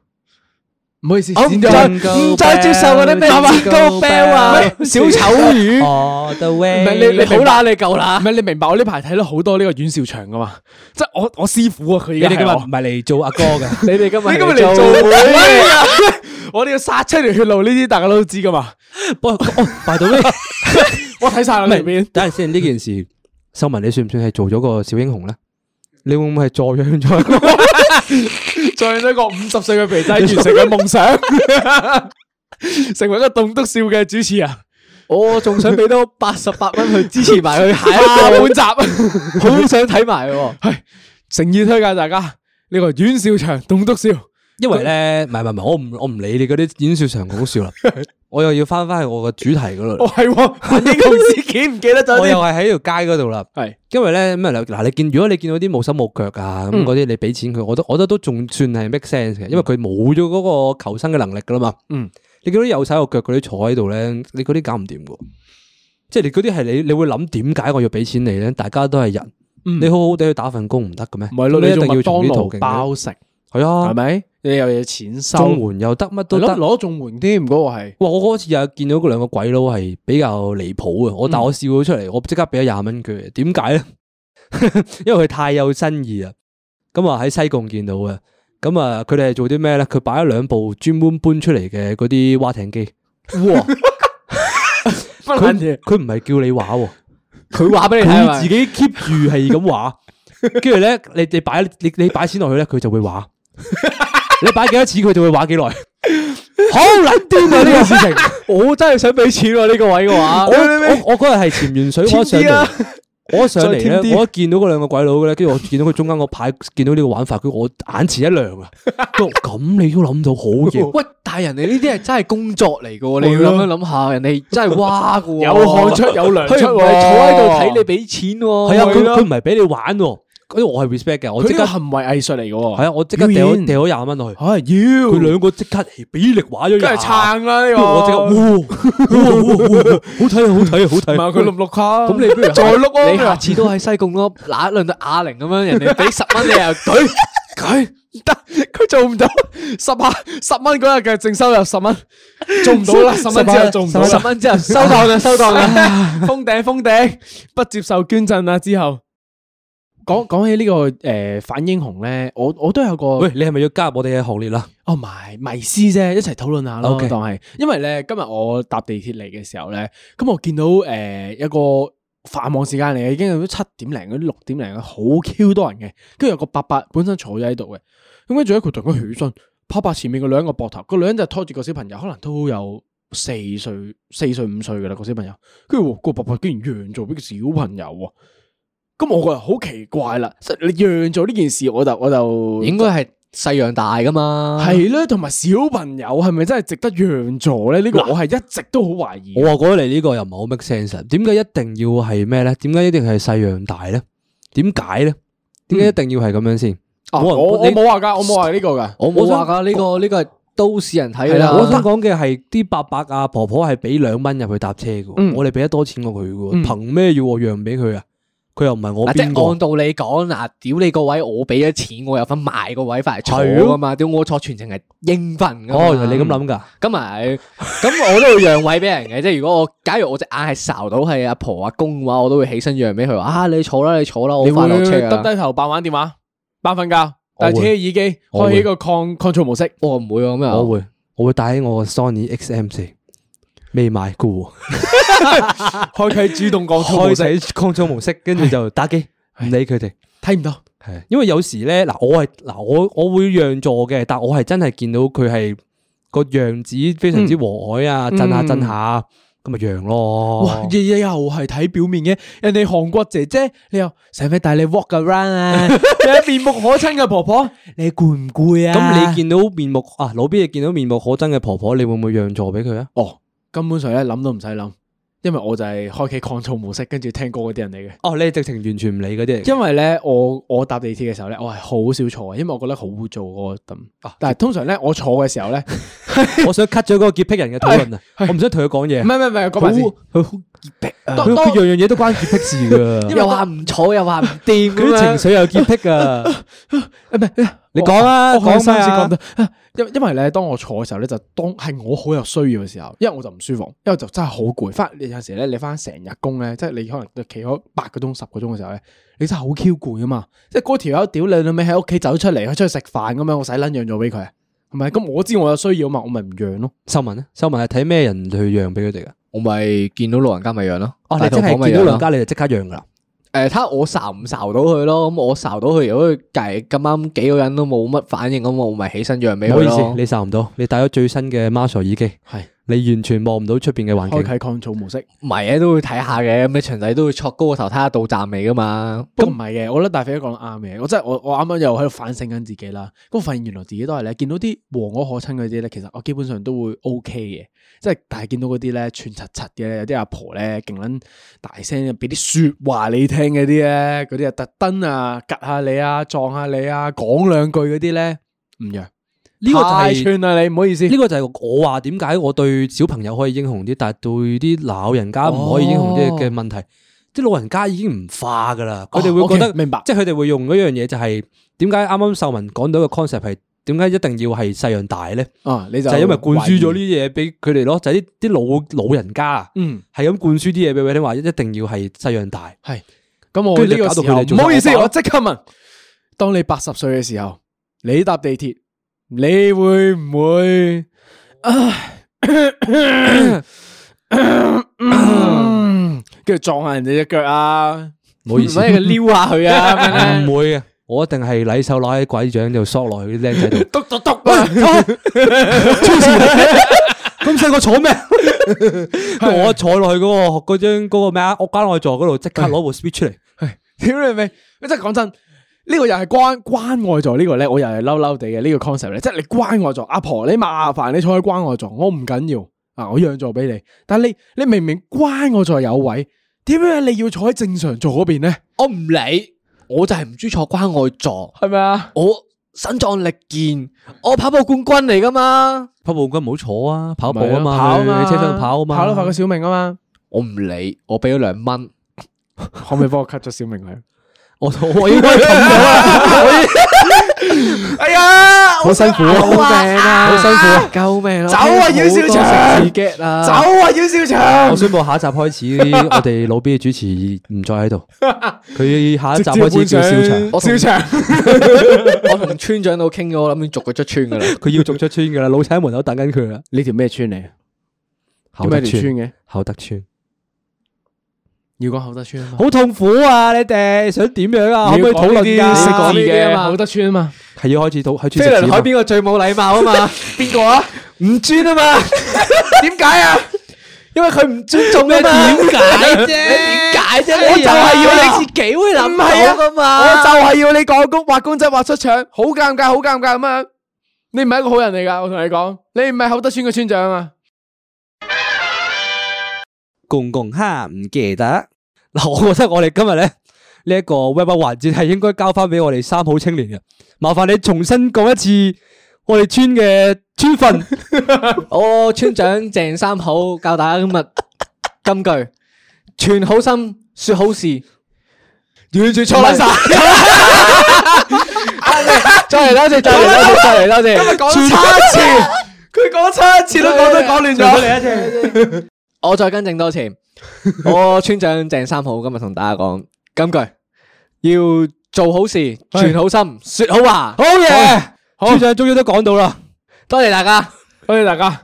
唔哦好意思，
我唔
剪
再
咗
唔再接受嗰啲咩煎糕 bell 啊，小丑
Ừ.
魚。
哦，the Ờ,
唔
way，
係你你好啦，
你夠
唔。係你明白我呢排睇咗好多呢個阮兆祥噶嘛？即係我我師傅啊，佢
你
而
哋
家
今
係
日
我
唔係嚟做阿哥嘅，
你哋今日
你今日嚟做咩啊？ 我哋要殺出條血路，呢啲大家都知噶嘛。
不過哦，拜到咩？
我睇晒啦，前
唔
面
系，等陣先呢件事，秀文你算唔算係做咗個小英雄咧？你會唔會係助養咗一個？
再一個五十歲嘅肥仔完成嘅夢想， 成為一個棟篤笑嘅主持人。
我仲想俾多八十八蚊去支持 埋佢下
下
一
半
集，
集
好想睇埋喎。
誠意推介大家呢個阮兆祥棟篤笑，
因為咧，唔係唔係唔係，我唔我唔理你嗰啲演笑常講笑啦，我又要翻翻去我個主題嗰度
哦
啦，
係喎，反英雄事件唔記得咗
我又
啲。
係喺條街嗰度啦。
係
因為咧咁啊嗱，你見如果你見到啲冇手冇腳啊咁
嗯
嗰啲，你俾錢佢，我覺得我覺得都仲算係 make sense 嘅，因為佢冇咗嗰個求生嘅能力噶啦嘛。
嗯，
你見到有手有腳嗰啲坐喺度咧，你嗰啲搞唔掂噶。即係你嗰啲係你，你會諗點解我要俾錢你咧？大家都係人，
嗯
你好好地去打份工唔得嘅咩？
唔係咯，
咁
你
一
做
定要
麥當
從呢途
勞
徑
包食
係
係
啊，
咪？你又有錢收，
綜援又得，乜都
係
得
咯。攞綜援添，嗰個係
哇！我嗰次又見到嗰兩個鬼佬係比較離譜啊！我但我笑咗出嚟，我即刻俾咗廿蚊佢。點解咧？ 因為佢太有新意啊！咁啊喺西貢見到嘅，咁啊佢哋係做啲咩咧？佢擺咗兩部專門搬出嚟嘅嗰啲蛙艇機，
哇！
佢佢唔係叫你畫喎，
佢話俾你聽
佢
啊
自，己 keep 住係咁畫，跟住咧你你擺你你擺錢落去咧，佢就會畫。你擺幾多錢，佢就會畫幾耐。好撚癲啊！呢個事情。
我真係想俾錢喎呢個位嘅 話
我。我我嗰日係潛完水，我一上
啊添啲
嚟
啊，
我一上
再添
嚟咧，
啲
我一見到嗰兩個鬼佬咧，跟住我見到佢中間個牌，見到呢個玩法，佢我眼前一亮 啊！佢話咁你都諗到好嘢，
喂，但係人哋呢啲係真係工作嚟嘅喎，你要諗一諗下，人哋真係哇嘅喎，
有汗出有糧
佢
出
唔
喎，
係坐喺度睇你俾錢喎，
係啊，佢
係咯
佢唔係俾你玩喎，嗰啲我係 respect 嘅，我即刻
佢呢個行為藝術嚟嘅喎
係，啊，我即刻掉
表
咗
演
掉咗廿蚊落去，
係妖，
佢兩個即刻俾力玩咗
梗係
廿，
撐啦呢
跟住我
個，
即刻哇哇哇哇哇好睇啊好睇啊好睇
唔
啊！
係佢碌唔碌卡，
咁你不如
再碌咯，
你下次都喺西貢咯，嗱一輪到啞鈴咁樣，人哋俾十蚊你又舉舉，
佢佢做唔到十下十蚊嗰日嘅淨收入十蚊，做唔到啦，十蚊之後做唔到啦，
十蚊之後
收檔啦，收檔啦，封頂封頂，不接受捐贈啦。之後講講起呢個誒反英雄咧，我我都有個
喂，你係咪要加入我哋嘅行列啦？
哦，唔係迷思啫，一齊討論下咯
OK
當係。因為咧，今日我搭地鐵嚟嘅時候咧，咁我見到誒、呃一個繁忙時間嚟嘅，已經有七點零、嗰啲六點零，好 Q 多人嘅。跟住有個伯伯本身坐咗喺度嘅，咁跟住咧佢同佢起身，拍拍前面個女人個膊頭，個女人就拖住個小朋友，可能都有四歲、四歲五歲噶啦個小朋友。跟住個伯伯竟然讓座俾個小朋友喎，咁我覺得好奇怪啦！即係你讓座呢件事，我就我就
應該係細樣大噶嘛。
系咧，同埋小朋友係咪真係值得讓座咧？呢、個我係一直都好懷疑。
我話覺得你呢個又唔係好 make sense，點解一定要係咩咧？點解一定係細樣大咧？點解咧？點解一定要係咁樣先？
啊
冇人
我我
你
冇話㗎，我冇話呢個㗎。
我冇話
我
噶，呢個呢個係都市人睇
係
噶
啦，
啦。
我想講嘅係啲伯伯啊婆婆係俾兩蚊入去搭車嘅喎，
嗯
我哋俾得多錢過佢嘅喎，
嗯
憑咩要我讓俾佢啊？佢又唔係我
嗱，即係
邊個
按？道理講，嗱，屌你個位，我俾咗錢，我有份賣個位翻嚟坐噶嘛，屌我坐全程係應份噶嘛。
哦，原來你咁諗㗎？
咁咪咁我都會讓位俾人嘅，即係如果我假如我隻眼係睄到係阿婆阿公嘅話，我都會起身讓俾佢話啊，你坐啦，你坐啦，我
你
快
會
落車
耷
啊！
低頭扮玩電話，扮瞓覺，
我會
戴車耳機，
我
開
會
起個抗 control 模式。
我唔會啊咁
我
樣，
會我會帶起我個 Sony XM 四，未買嘅喎。
開啟主動降噪模
開
式，
啟抗噪模式，跟住就打機，唔理佢哋。
睇唔到。
系，因為有時咧，嗱，我係嗱，我我會讓座嘅，但我係真係見到佢係個樣子非常之和蔼啊，
嗯
震下震下，咁咪讓咯。
哇！日日又係睇表面嘅，人哋韓國姐姐，你又使唔使帶你 walk around 啊？有面目可親嘅婆婆，你攰唔攰啊？
咁你見到面目啊，老 B 你見到面目可憎嘅婆婆，你會唔會讓座俾佢啊？
哦，根本上咧諗都唔使諗，因為我就係開啟抗噪模式，跟住聽歌嗰啲人嚟嘅。
哦，你係直情完全唔理嗰啲嚟嘅，
因為咧，我我搭地鐵嘅時候咧，我係好少坐嘅，因為我覺得好污糟嗰個凳。但係通常咧，我坐嘅時候咧，
我想 cut 咗嗰個潔癖人嘅討論啊，我唔想同佢講嘢
唔。係唔係唔係，講埋先。
佢好潔癖啊，
當
佢佢
當
樣樣嘢都關潔癖事噶，
又話唔坐，又話唔掂
佢啲
咁
情
樣。
緒又潔癖 噶。
唔係，
你講啊，
我
講
講三
咩
次講
啊
唔？到。啊因因為咧，當我坐嘅時候咧，就當係我好有需要嘅時候，因為我就唔舒服，因為就真係好攰。翻你有陣時咧，你翻成日工咧，即係你可能企咗八個鐘、十個鐘嘅時候咧，你真係好 Q 攰啊嘛。即係嗰條友屌你老味喺屋企走出嚟，佢出去食飯咁樣，我使撚讓咗俾佢，係咪？咁我知我有需要啊嘛，我咪唔讓咯。
秀文咧，啊秀文係睇咩人去讓俾佢哋噶？
我咪見到老人家咪讓咯，
哦，
大
你
肚
真
婆
係
咪
見到
讓
兩
咯。
家你就即刻讓噶啦。
誒，睇下我睄唔睄到佢咯，咁我睄到佢，如果佢隔咁啱幾個人都冇乜反應，咁我咪起身讓俾
唔好
佢
意
咯
思，。你受唔到，你戴咗最新嘅 Marshall 耳機，
係
你完全望唔到出邊嘅環
開
境。
啟抗噪模式。
唔係嘅都會睇下嘅，咁你詳細都會戳高個頭睇下到站未噶嘛。
咁唔係嘅，我覺得大肥都講得啱嘅。我真係我我啱啱又喺度反省緊自己啦。咁我發現原來自己都係咧，見到啲和蔼可親嗰啲咧，其實我基本上都會 O K 嘅。即係但係見到嗰啲咧串柒柒嘅咧，有啲阿婆咧勁撚大聲，俾啲説話你聽嗰啲咧，嗰啲啊特登啊趌下你啊，撞下你啊，講兩句嗰啲咧，唔讓。
呢個就
太
係
串啦，你唔好意思。
呢個就係我話點解我對小朋友可以英雄啲，但係對啲老人家唔可以英雄啲嘅問題。啲老人家已經唔化噶啦，佢哋會覺
哦
得
，OK，明白
即係佢哋會用嗰樣嘢就係點解啱啱秀文講到嘅 concept 係點解一定要係細樣大咧？
啊，你
就
就
係因為灌輸咗
懷
呢
疑
啲嘢俾佢哋咯，就係啲啲老老人家啊
嗯。
係咁灌輸啲嘢俾佢聽話，一定要係細樣大。
系，咁我
跟住就
呢个
搞到
時候
佢哋做
唔好意思，
手法
我即刻問：當你八十歲嘅時候，你搭地鐵，你會唔會？唉跟住撞下人哋只腳啊！
唔好意思
所以佢撩下 佢啊，咁樣咧
唔會嘅，我一定係禮手攞喺拐杖就索落去啲僆仔度。
篤 篤篤啊！
咁細個坐 咩？我坐落去嗰個嗰張嗰個咩啊？我間內座嗰度即刻攞部 Switch 出嚟。
屌你咪，真係講真，呢個又係關關愛座呢個咧，我又係嬲嬲地嘅呢個 concept 咧，即係你關愛座，阿婆你麻煩你坐喺關愛座，我唔緊要啊，我讓座俾你，但係你你明明關愛座有位，點解你要坐喺正常座嗰邊咧？
我唔理，我就係唔中意坐關愛座，
係咪啊？
我身壯力健，我跑步冠軍嚟噶嘛，
跑步君唔好坐啊，跑步
咪
啊
咯
嘛，
跑啊嘛，
去車上跑啊嘛，
跑到發個小明啊嘛，
我唔理，我俾咗兩蚊，
可唔可以幫我 cut 咗小明佢？
我我應該咁樣啊，
哎呀，
好辛苦，
救命啊！
好辛苦啊！
救命啊！
走啊阮小
好多
強
食刺激啊！
走啊，阮少祥
我！宣布下一集開始，我哋老 B 嘅主持唔再喺 度，佢下一集開始叫小
直接
長，
搬上小長。
我同村長都傾咗，我諗住逐佢出村噶 啦。
佢要逐出村噶啦，老細喺門口等緊佢啦。
你條咩村嚟？
厚
咩
德
條村
村，
嘅？
厚德村，
要講厚德村啊嘛。
好痛苦啊！你哋想點樣啊？可唔可以討論
要講
㗎？
呢啲食字
你要講呢啲啊
嘅
嘛
厚德村啊嘛？
係要開始討，開始
飛
食字
輪
嘛
海邊個最冇禮貌啊嘛？邊個啊？唔專啊嘛？點解啊？因為佢唔尊重啊嘛？點解啫？點解啫？我就係要你自己會諗到噶嘛？
我就係要你講公畫公仔畫出腸，好尷尬，好尷尬咁樣。你唔係一個好人嚟噶，我同你講，你唔係厚德村嘅村長啊。
公公哈唔記得。啊 嗱，我覺得我哋今日咧呢一個 web 環節係應該交翻俾我哋三好青年嘅。啊麻煩你重新講一次我哋村嘅村 訓，
我村長鄭三好教大家今日金句：存好心，說好事。
完全
錯撚 晒再嚟多次，再嚟多次，再嚟多次。今日
講咗七次，佢講七次都講都講亂咗。
我再更正多次，我村長鄭三好今日同大家講金句，要做好事，存好心，說好話。
好嘢！村長終於都講到啦。
多謝大家，
多謝大家。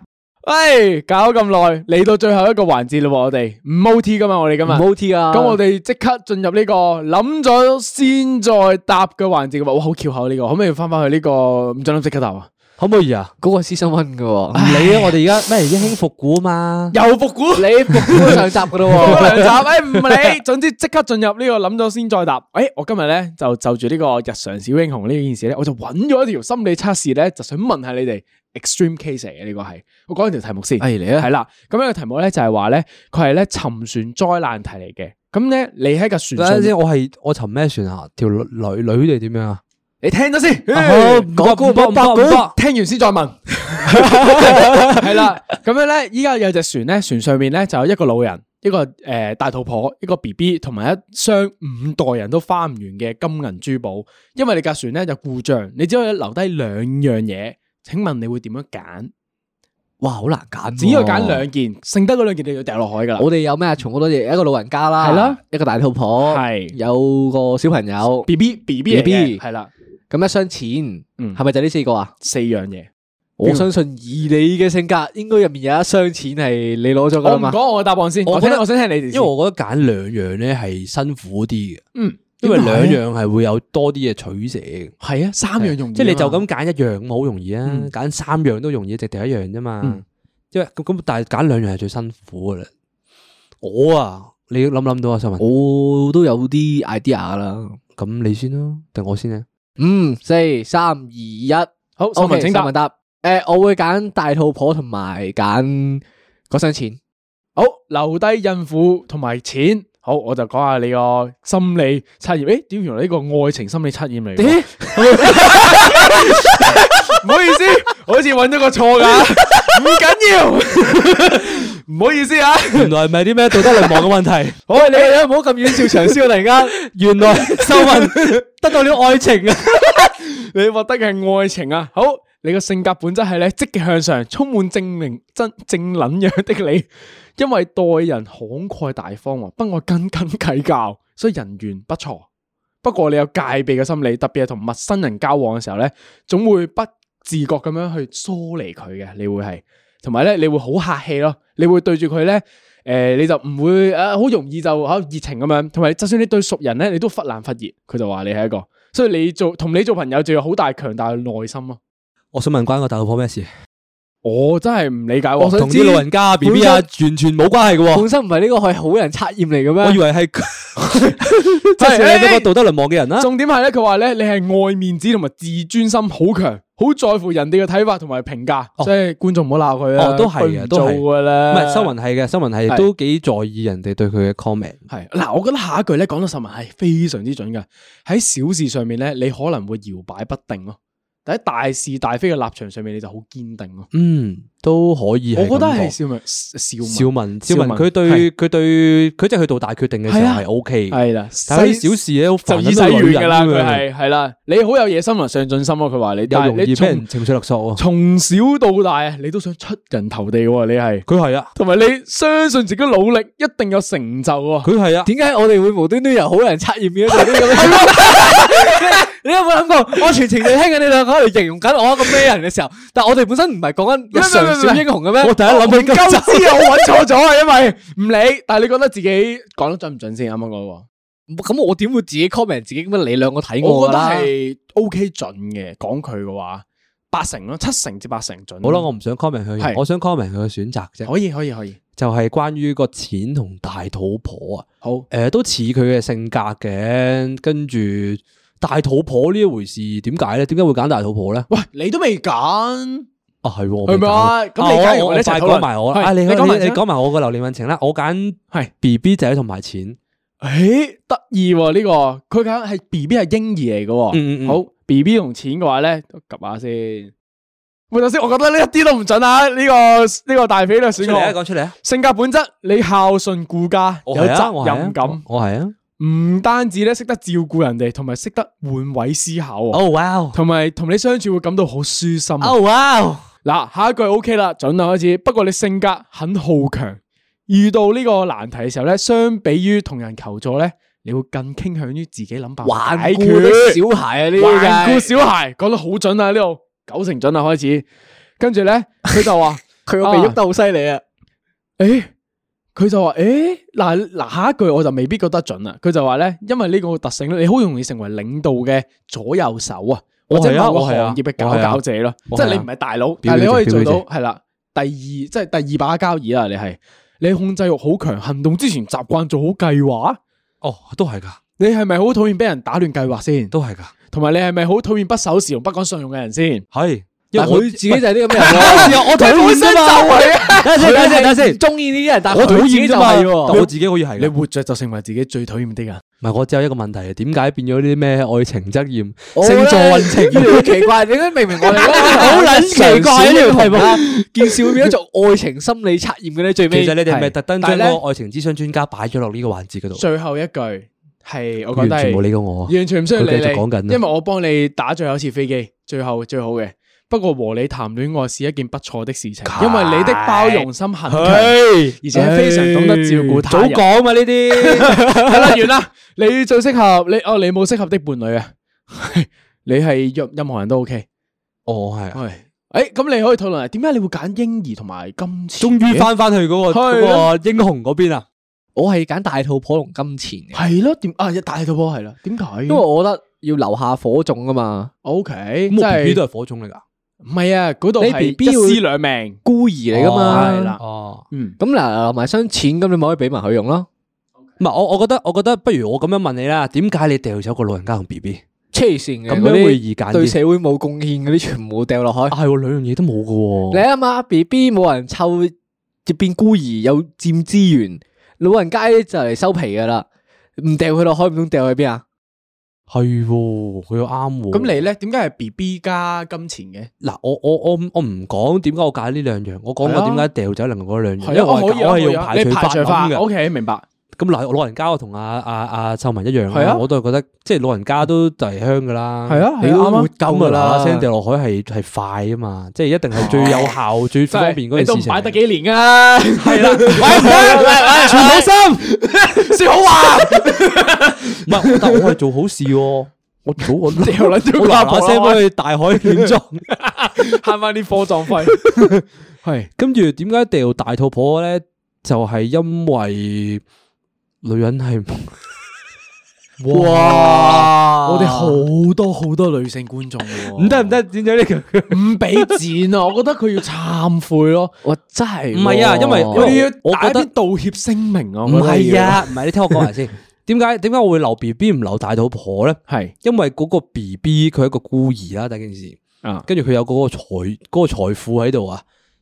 喂，搞咁耐，嚟到最後一個環節啦喎，我哋唔 OT 噶嘛，我哋今
唔
日。
好 T 啊！
咁我哋即刻進入呢個諗咗先再答嘅環節嘅話，哇，好翹口啊呢個，可唔可以翻翻去呢個唔准諗即刻答啊？
可唔可以啊？
嗰個係 season one 嘅
唔
喎，
理啊！我哋而家咩已經復古啊嘛，
又復古哎
你 復觀上集嘅咯
嗰兩
喎。
集，诶唔理，總之即刻進入呢個諗咗先再答。诶，我今日咧就就住呢個日常小英雄呢件事咧，我就揾咗一條心理測試咧，就想問下你哋 extreme case 嚟嘅呢個係。我講一條題目先。
哎嚟
系
啊！
啦，咁樣嘅題目咧就係話咧，佢係咧沉船災難題嚟嘅。咁咧，你喺架船
等
上
陣
面，
先，我係我尋咩船啊？條女女女哋點樣啊？
你聽咗先。
好唔
講
講
古
古
唔
唔
講
講
白
白古
古，聽完先再 問。係啦，咁樣咧，依家有隻船咧，船上面咧就有一個老人，一個诶、呃大肚婆，一個 B B，同埋一箱五代人都花唔完嘅金銀珠寶。因為你架船咧就故障，你只可以留低兩樣嘢。請問你會點樣揀？
哇，好難揀，
只要揀。兩件，剩得嗰兩件你就掉落海㗎啦。
我哋有咩啊？從好多嘢，一個老人家啦，
係啦，
一個大肚婆，
係
有個小朋友，
B B B B B
BB
係啦，
咁一箱錢，
嗯
係咪就呢四個啊？
四樣嘢。
我相信以你嘅性格，應該入面有一箱錢係你攞咗噶
我
啦
唔
嘛。
講我嘅答案先，
我
我聽
覺得
我想聽你哋先，
因為我覺得揀兩樣咧係辛苦啲嘅，
嗯，
因為
點解
兩
啊
樣係會有多啲嘢取捨嘅。
係啊，三樣容易啊嘛，
即係你就咁揀一樣咁好容易啊
嗯，
揀三樣都容易，直定一樣啫嘛
嗯。
因為咁咁，但係揀兩樣係最辛苦噶啦。我啊，你諗唔諗到啊？秀文，
我都有啲 idea 啦。
咁你先啦，定我先啊？
五、四、三、二、一，
好，秀
OK，
文請
秀
答
文。答。诶，我會揀大肚婆同埋揀嗰箱 錢。
好，留低孕婦同埋錢。好，我就講下你個心理測驗。誒，點原來呢個愛情心理測驗嚟嘅？ 唔好意思，我好似揾咗個錯㗎，唔緊要，唔好意思啊。
原來唔係啲咩道德淪亡嘅問題，
好，你唔好咁遠笑長笑，突然 間，
原來秀文得到了愛情啊！
你獲得嘅係愛情啊。好，你個性格本質係咧積極向上，充滿正明真正能量的你，因為待人慷慨大方喎，不愛斤斤計較，所以人緣不錯。不過你有戒備嘅心理，特別係同陌生人交往嘅時候咧，總會不自覺咁樣去疏離佢嘅，你會係，同埋咧你會好客氣咯，你會對住佢咧，誒、你就唔會啊好、容易就好熱情咁樣，同埋就算你對熟人咧，你都忽冷忽熱，佢就話你係一個，所以你做同你做朋友就要好大強大嘅內心咯。
我想問關個大肚婆咩事？
我真係唔理解
我想
喎，
同啲老人家 B B 啊，完全冇關係嘅喎。
本身唔係呢個係好人測驗嚟嘅
我以
咩？
為係 即係你嗰個道德淪亡嘅人啦。啊
重點係咧，佢話咧，你係愛面子同埋自尊心好強，好在乎人哋嘅睇法同埋評價，
哦
即係觀眾唔好鬧佢啊！
哦都係嘅
佢唔做㗎啦。
唔係，修文係嘅，修文
係
係都幾在意人哋對佢嘅 comment。
係嗱，我覺得下一句咧講到十文係非常之準嘅。喺小事上面咧，你可能會搖擺不定咯。但喺大是大非嘅立場上面，你就好堅定咯。
嗯，都可以。
我覺得
係
係
咁
邵明邵
講少文，少
邵
文
文
佢對佢對佢即係去到大決定嘅時
係
候
啊
係 O K 嘅，
係啦，
但係啲小事咧好
就
煩
以
得
洗
到女
完
人
噶啦，
咁
佢
樣
係係啦，你好有野心同上進心啊咯。佢話你，
又
但
容
係
易
你
俾
從
人情哦緒勒索喎。
從小到大啊，你都想出人頭地喎，你係，
佢係啊，
同埋你相信自己努力一定有成就喎。
佢係啊，
点解我哋会无端端由好人测验 变咗做啲咁嘅？ 你有冇谂过？我全程就听紧你两个喺度形容紧我一个咩人嘅时候，但我哋本身唔系讲紧日常小英雄嘅咩？
我第一諗起鳩知啊，我揾錯咗啊，因為唔理。但係你覺得自己講得準唔準先？啱啱嗰個。
咁我点会自己 comment 自己乜？你两个睇
我
我
覺
㗎
得
啦，
係 OK 準嘅，講佢嘅話，八成咯，七成至八成準。
好啦，我唔想 comment 佢
係，
我想 comment 佢嘅選擇啫，
可以可以可以，
就係關於個錢同大肚婆啊。
好
诶、都似佢嘅性格嘅，跟住大肚婆呢一回事，點解咧？點解會揀大肚婆咧？
喂，你都未揀，
啊，系
係咪啊咁你梗係
哦我
我
我
哋
快
一齊討論
講埋我啦，
係
啊，你
你
你
講埋
你
先
講埋我個榴莲運程啦，我揀
係
B B 仔同埋錢，
诶，得意喎呢個，佢揀係 B B 係嬰兒嚟嘅喎。
嗯嗯嗯
好 B B 同錢嘅話咧，及下先。喂，首先我覺得呢一啲都唔準啊！呢個呢個大肥嘅
出
選
嚟啊，
項，
講出嚟啊，
性格本質，你孝順顧家，有
我係啊，
責
我係啊
任感，
我係啊，
唔單止咧識得照顧人哋，同埋識得換位思考喎。
哦哇，
同埋同你相處會感到好舒心啊。
哦哇，
嗱，下一句 O K 啦，準啦開始。不過你性格很好強，遇到呢個難題嘅時候咧，相比於同人求助咧，你會更傾向於自己諗辦法解
顽固
決。
啲小孩啊呢啲就
頑固
係
小孩講得好準啊，呢度九成準啦開始。跟住咧，佢就話。
佢個鼻喐得好犀利啊！
诶，佢就話：诶，嗱嗱，下一句我就未必覺得準啊啦。佢就話咧，因為呢個特性咧，你好容易成為領導嘅左右手啊，
我
或者
係啊
某個
我係啊
行業嘅
我
搞
係啊
搞者咯。
我
即
係啊
係你唔係大佬，
表
但係
姐
你可以
表
做
姐
到係啦。第二即係第二把交椅啦，你係你控制欲好強，行動之前習慣做好計劃。
哦都係㗎，
你係咪好討厭俾人打亂計劃先？
都係㗎，
同埋你係咪好討厭不守時同不講信用嘅人先？
係，因
但
為
佢
我
自己就係啲咁嘅人
係啊
喎，
我討厭啫嘛
等
先等先等先
中意呢啲人，但係
我
佢
討
自己
厭
就
啫嘛
係，
但
喎。
我自己可以係㗎啊
你活着就成為自己最討厭的人。
唔係啊我只有一個問題，點解變咗啲咩愛情測驗、
我覺
星
得
座運 程？
越嚟越奇怪，點解明明我哋
好撚奇怪呢條 題目
啊！件事會變咗做愛情心理測驗嘅咧，最尾
其實你哋係咪
係
特登將
但係
個
呢
愛情諮詢專家擺咗落呢個環節嗰度？
最後一句係我覺
完
得
全
係
冇理過我啊，
完全唔需要理
佢繼續講緊
你，
啦
因為我幫你打最後一次飛機，最後最好嘅。不過和你談戀愛是一件不錯的事情，因為你的包容心很強，而且非常懂得照顧他
早
人。
講嘛呢啲，
係啦，完啦，你最適合你哦，你冇適合的伴侶啊， 你係任任何人都 OK。
哦係啊，
係，誒咁你可以討論係點解你會揀嬰兒同埋金錢嘅？
終於翻翻去嗰個
係
嗰個英雄嗰邊啊，
我係揀大肚婆同金錢嘅，
係咯，點啊？大肚婆係啦，點解？
因為 我覺得要留下火種啊嘛，
O K，即
咁我 B B
係
都係火種嚟㗎，
唔係啊？嗰度
你
係
BB
一屍
會
兩命，
孤兒嚟噶嘛，
係啦
哦，
嗯。
咁嗱，留埋箱錢，咁你咪可以俾埋佢用咯。
唔係我我覺得我覺得不如我咁樣問你啦，點解你掉走個老人家同 B B？
黐線嘅，
咁樣
嗰啲
會易揀啲
對社會冇貢獻嗰啲，全部掉落海。
係喎，兩樣嘢都冇㗎
你
啊
喎，
阿媽 B B 冇人湊，就變孤兒，又佔資源，老人家就嚟收皮噶啦，唔掉佢落海，唔通掉去邊啊？
係喎，佢又啱喎。
咁你咧，點解係 B B 加金錢嘅？
嗱，我我我唔我唔講點解我揀呢兩樣，我講
係
我
啊
點解掉走另外嗰兩樣，因
係
為
啊
我
可以
係我
啊
係
可以
用
啊
排除
你
法
除
諗嘅。
O K，明白。
咁老老人家我同阿阿阿秀文一樣
係
啦，
啊
我都係覺得即係老人家都係香噶啦，
係啊係啊
你都
啱啊
活夠噶
咁
啦，
啊
聲掉落海係係快啊嘛，即係一定係最有效、最方便嗰
你
件
都
事
唔
情。
擺得幾年噶，
係啦，
先好話。
唔係，但我係做好事喎，我早我
掉撚咗
我
個阿
嗱
婆
嗱聲幫佢大海亂撞。
慳翻啲科葬費。 係
跟住點解掉大肚婆咧？就係因為女人係
哇！我哋好多好多女性觀眾喎，
啊唔得唔得，剪咗呢個。
唔俾剪啊！我覺得佢要懺悔咯，
我真係
唔係啊因為因
我
為
哋要
我
打
覺得
啲道歉聲明啊！
唔
我覺得
係
要，
啊，唔係你聽我講埋 先。點解點解我會留 B B 唔留大肚婆咧？
係
因為嗰個 B B 佢係一個孤兒啦，第一件事，
啊，
跟住佢有嗰個財嗰、個財富喺度啊。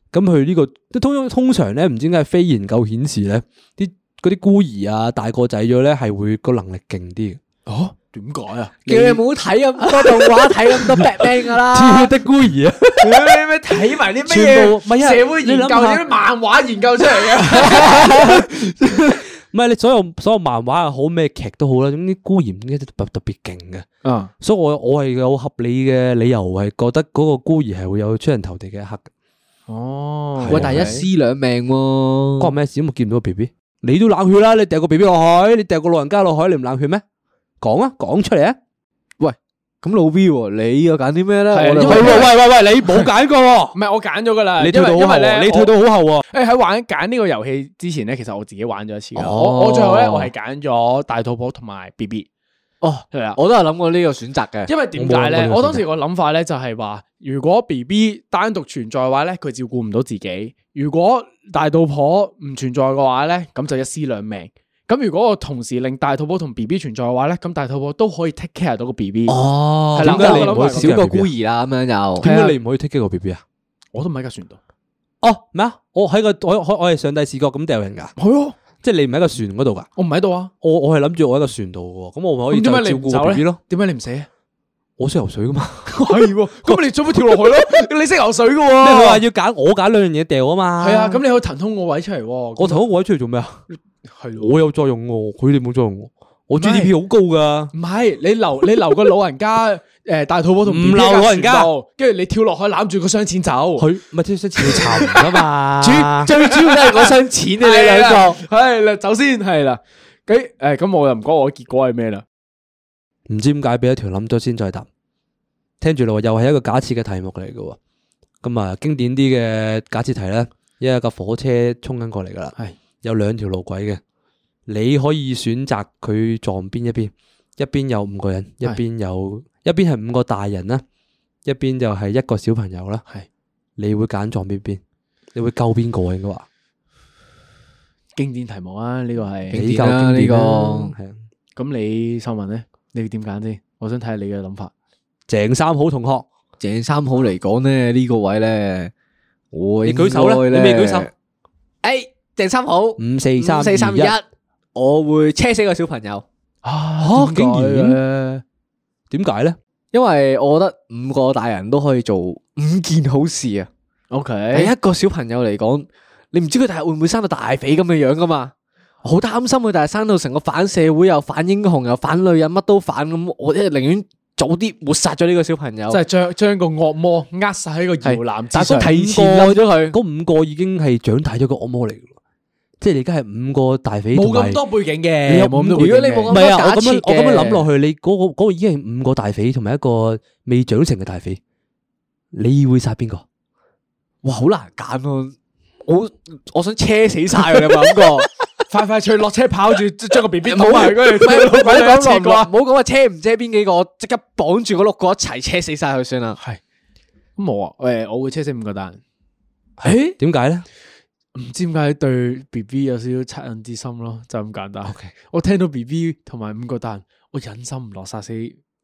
咁佢呢個都通通常咧，唔知點解非研究 顯示咧，啲嗰啲孤兒啊，大個仔咗咧係會個能力勁啲嘅。
哦，点解啊？
叫你唔好睇咁多動畫，睇咁多 Batman 噶 啦。
超的孤兒啊！
你咩睇埋啲
全部
乜
唔係因
嘢
為
社會研究
你諗下
啲漫畫研究出嚟 嘅？
唔係你所有所有漫畫又好咩劇都好啦，咁啲孤兒點解特特別勁嘅？
啊，
所以我我係有合理嘅理由係覺得嗰個孤兒係會有出人頭地嘅一刻嘅。
哦，
喂，但
啊
係一屍兩命喎。
關我咩事？都冇見唔到個 B B，你都冷血啦！你掉個 B B 落海，你掉個老人家落海，你唔冷血咩？講啊，講出嚟啊！
咁老 V 喎，你又揀啲咩咧？
係啊
我哋
因
啊喂喂
為
喂喂，你冇揀過喎
唔，係我揀咗噶啦，
你
因
退
為
到好
因
後
為咧，
喎，你退到好後喎。
我誒喺玩揀呢個遊戲之前咧，其實我自己玩咗一次㗎。
哦
我我最後咧，我係揀咗大肚婆同埋 B B。
哦，
係啊，
我都係諗過呢個選擇嘅。
因為點解咧？
我冇
我當時個諗法咧就係話，如果 B B 單獨存在嘅話咧，佢照顧唔到自己；如果大肚婆唔存在嘅話咧，咁就一屍兩命。咁如果我同時令大肚婆同 B B 存在嘅話咧，咁大肚婆都可以 take care 到個 B B。
哦
係啦
點解你唔可以
我諗
少
少
個
個
孤
孤
兒？
兒啦，咁樣
點
又啊
解你唔可以 take care 個 B B 啊？
我都唔喺架船度。
哦，咩啊？我喺個我我我係上帝視角咁掉人㗎，
係咯，
即係你唔喺個船嗰度㗎。
我唔喺度啊。
我我係諗住我喺個船度喎，咁我咪可以
咁
就照
點解你唔
顧
走
個
咧
B B 咯。
點解你唔死啊？
我識游水㗎嘛？
係喎，咁你做乜跳落去咯？你識游水噶
咩佢話
喎？
要揀我揀兩樣嘢掉啊嘛？
哦係啊，咁你可以騰空個位出嚟喎。
我投嗰個位出嚟做咩啊？
係咯
我有作用喎，佢哋冇作用喎。我
唔係
GDP 好高㗎。
唔係，你留你留個老人家 誒、大肚婆同
唔
BB
留老人家
喺船度，跟住你跳落去攬住個箱錢走。
佢咪即係要沉噶嘛？
最主要都係嗰箱錢啊！你
係
兩
啦
個，
係啦，走先係啦。咁誒咁我又唔講我結果係咩啦。
唔知點解俾一條諗咗先再答。聽住落又係一個假設嘅題目嚟嘅喎。咁啊，經典啲嘅假設題咧，一係架火車衝緊過嚟噶啦，
係
有兩條路軌嘅，你可以選擇佢撞邊一邊，一邊有五個人，一
係
邊有一邊係五個大人啦，一邊就係一個小朋友啦。
係
你會揀撞邊邊？你會救邊個啊應該話？
經典題目啊，呢、個係
典
比較
啦
經典啦
呢
係啊
咁你秀文咧，你點揀先？我想睇下你嘅諗法。
鄭三好同學。
鄭三好嚟講咧，呢個位咧，我
你舉手啦
應該
你未舉手？
誒，鄭三好，五
五四三
四三二
二
一，我會車死個小朋友，
啊
點解
然
點解咧？
因為我覺得五個大人都可以做五件好事啊。
O K，
第一個小朋友嚟講，你唔知佢第日會唔會生到大肥咁嘅樣噶嘛？我好擔心佢第日生到成個反社會，又反英雄，又反女人，乜都反咁。我一寧願早啲抹殺咗呢個小朋友，
即係將將個惡魔扼殺喺個搖籃
但
之
係都
上。
提前冧咗佢。
嗰五個已經係長大咗個惡魔嚟嘅，即係你而家係五個大肥
冇
同埋
咁多背景
你
嘅，
有
冇咁
五
多
個
背景
如果你
嘅
冇
唔係啊！
咁多假
我咁樣
設
我咁樣
嘅
諗落去，你嗰、個嗰、個已經係五個大肥同埋一個未長成嘅大肥，你會殺邊個？
哇，好難揀咯！我我想車死晒佢，你有冇 諗過？
快快脆落車跑住， 將個 B B
唔好
抌埋嗰度，
唔好
兩
講
次
落
啩。
唔好講話車唔車邊幾個，我即刻綁住嗰六個一齊車死晒佢算啦。
係咁我啊，誒，我會車死五個蛋，
誒，
點解咧？
唔知點解對 B B 有少少惻隱之心咯，就咁簡單。我聽到 B B 同埋五個蛋，我忍心唔落殺死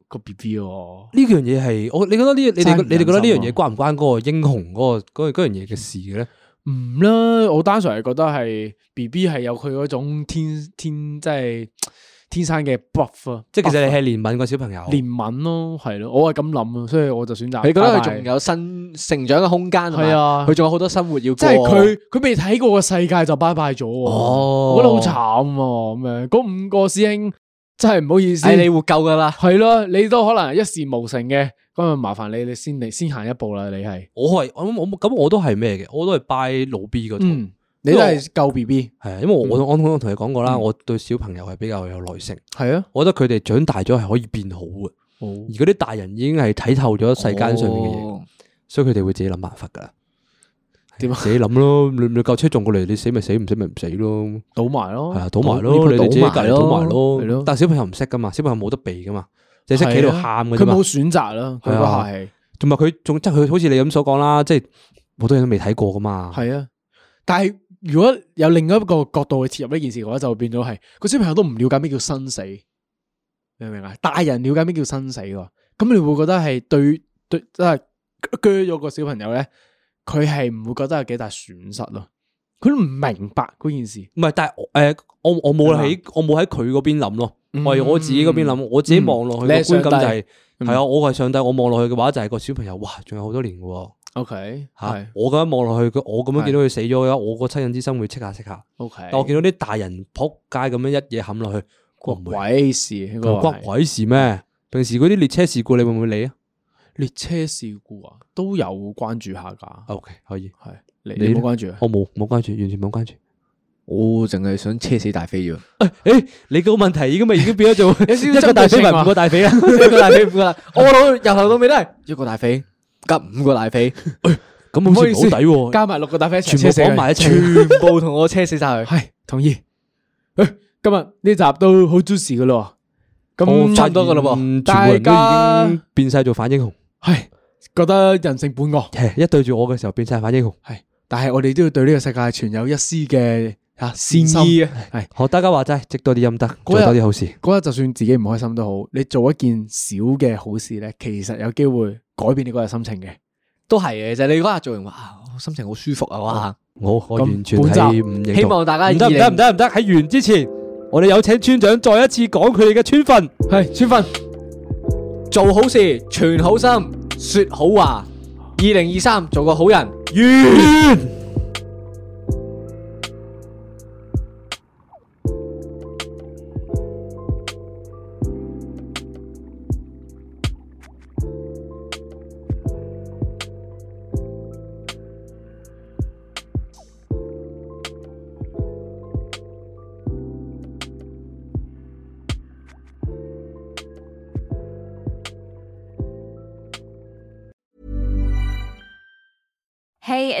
個 B B 喎。
呢樣嘢係我你覺得呢？你
真係
哋
唔
你哋覺得呢樣
忍心
嘢
啊
關唔關嗰個英雄嗰、個嗰嗰樣嘢嘅事 嘅咧？
唔啦，我單純係覺得係 B B 係有佢嗰種天天即係天生嘅 buff 啊，
即係其實你
buff 啊
係憐憫個小朋友，
憐憫咯，係咯，我係咁諗啊，所以我就選擇。
哦你覺得
拜
佢
拜
仲有新成長嘅空間？同埋
係啊
啊佢仲有好多生活要過。
即係佢佢未睇過個世界就拜拜咗喎。
哦
我覺得好慘啊咁樣。嗰五個師兄真係唔好意思，
哎，你會救噶啦。
係咯，你都可能一事無成嘅，咁啊麻煩你你先嚟先行一步啦，你係，
我係我我咁我都係咩嘅？我都係拜老 B 嗰套。
嗯，你都係救 B B，
系啊，因為我我我同我同你講過
嗯
啦，我對小朋友係比較有耐性，
係啊，
我覺得佢哋長大咗係可以變好嘅，
哦
而嗰啲大人已經係睇透咗世間上面嘅嘢，
哦
所以佢哋會自己諗辦法噶啦。
點啊
自己諗咯，你你架車撞過嚟，你死咪死，唔死咪唔死咯，係
倒埋咯，
啊，倒埋
倒
咯，你哋自己隔離倒埋
係咯啊
咯。但係小朋友唔識噶嘛，小朋友冇得避噶嘛，就係識企喺度喊嘅
佢
啫嘛
冇。選擇啦，佢
啊
嗰下係，
同埋佢仲即係佢好似你咁所講啦，即係好多人都未睇過噶嘛。
係啊，但係如果有另一個角度去切入呢件事嘅話，就會變咗係個小朋友都唔了解咩叫生死，明唔明啊？大人了解咩叫生死喎，咁你會覺得係對對，即係鋸咗個小朋友咧，佢係唔會覺得有幾大損失咯。佢都唔明白嗰件事。
唔係，但係诶，我我冇喺我冇喺佢嗰邊諗咯，我係我自己嗰邊諗，我自己望落去
嗯你
嘅
係上
觀
帝嗯
感就係係啊，我係上帝，我望落去嘅話就係個小朋友，哇，仲有好多年嘅喎。
OK，
吓、我咁樣望落去，佢我咁樣
係
見到佢死咗嘅話，我個惻隱之心會戚下戚下。
OK，
但我見到啲大人仆街咁樣一嘢冚落去，
關
唔會
鬼事，嗰個
關
係
鬼事咩？平時嗰啲列車事故你會唔會理啊
列車事故啊，都有關注下噶。
？OK，可以，
係你
你
你有冇
呢
關注啊？
我冇冇關注，完全冇關注。
我净系哦想车死大飞啫。
诶、你個問題已經咪已經變咗做
少
一個大飛咪五個大飛啊？
一个大肥五个大，我老由头到尾都系一个大肥加五个大 肥，
咁好似冇抵喎。
加埋六個大飛一齊
全部
車死佢
綁埋一齊
全部同我车死晒佢。
系同意。诶，今日呢集都好 juicy 噶咯喎，咁
差
差
唔
唔多
多
噶
噶
啦
啦
噃，
噃，
大
全部人都已
家
經變晒做反英雄，
系覺得人性本惡，
係一對住我嘅時候變晒反英雄。
系，但係我哋都要對呢個世界存有一絲嘅吓善
善意
예.
意
啊
啊，系。
學大家話齋，積多啲陰德，
嗰
做
日
多啲好事。
嗰日就算自己唔開心都好，你做一件小嘅好事咧，其實有機會改變你嗰日心情嘅。
都系嘅，就係你嗰日做完，哇，我心情好舒服啊！哇，
我我
咁
完全
本集
係唔認同
希望大家
唔得唔得唔得唔得！喺完之前，我哋有請村長再一次講佢哋嘅村訓。
系村分做好事，存好心，说好话。二零二三做个好人。
完。
Hey,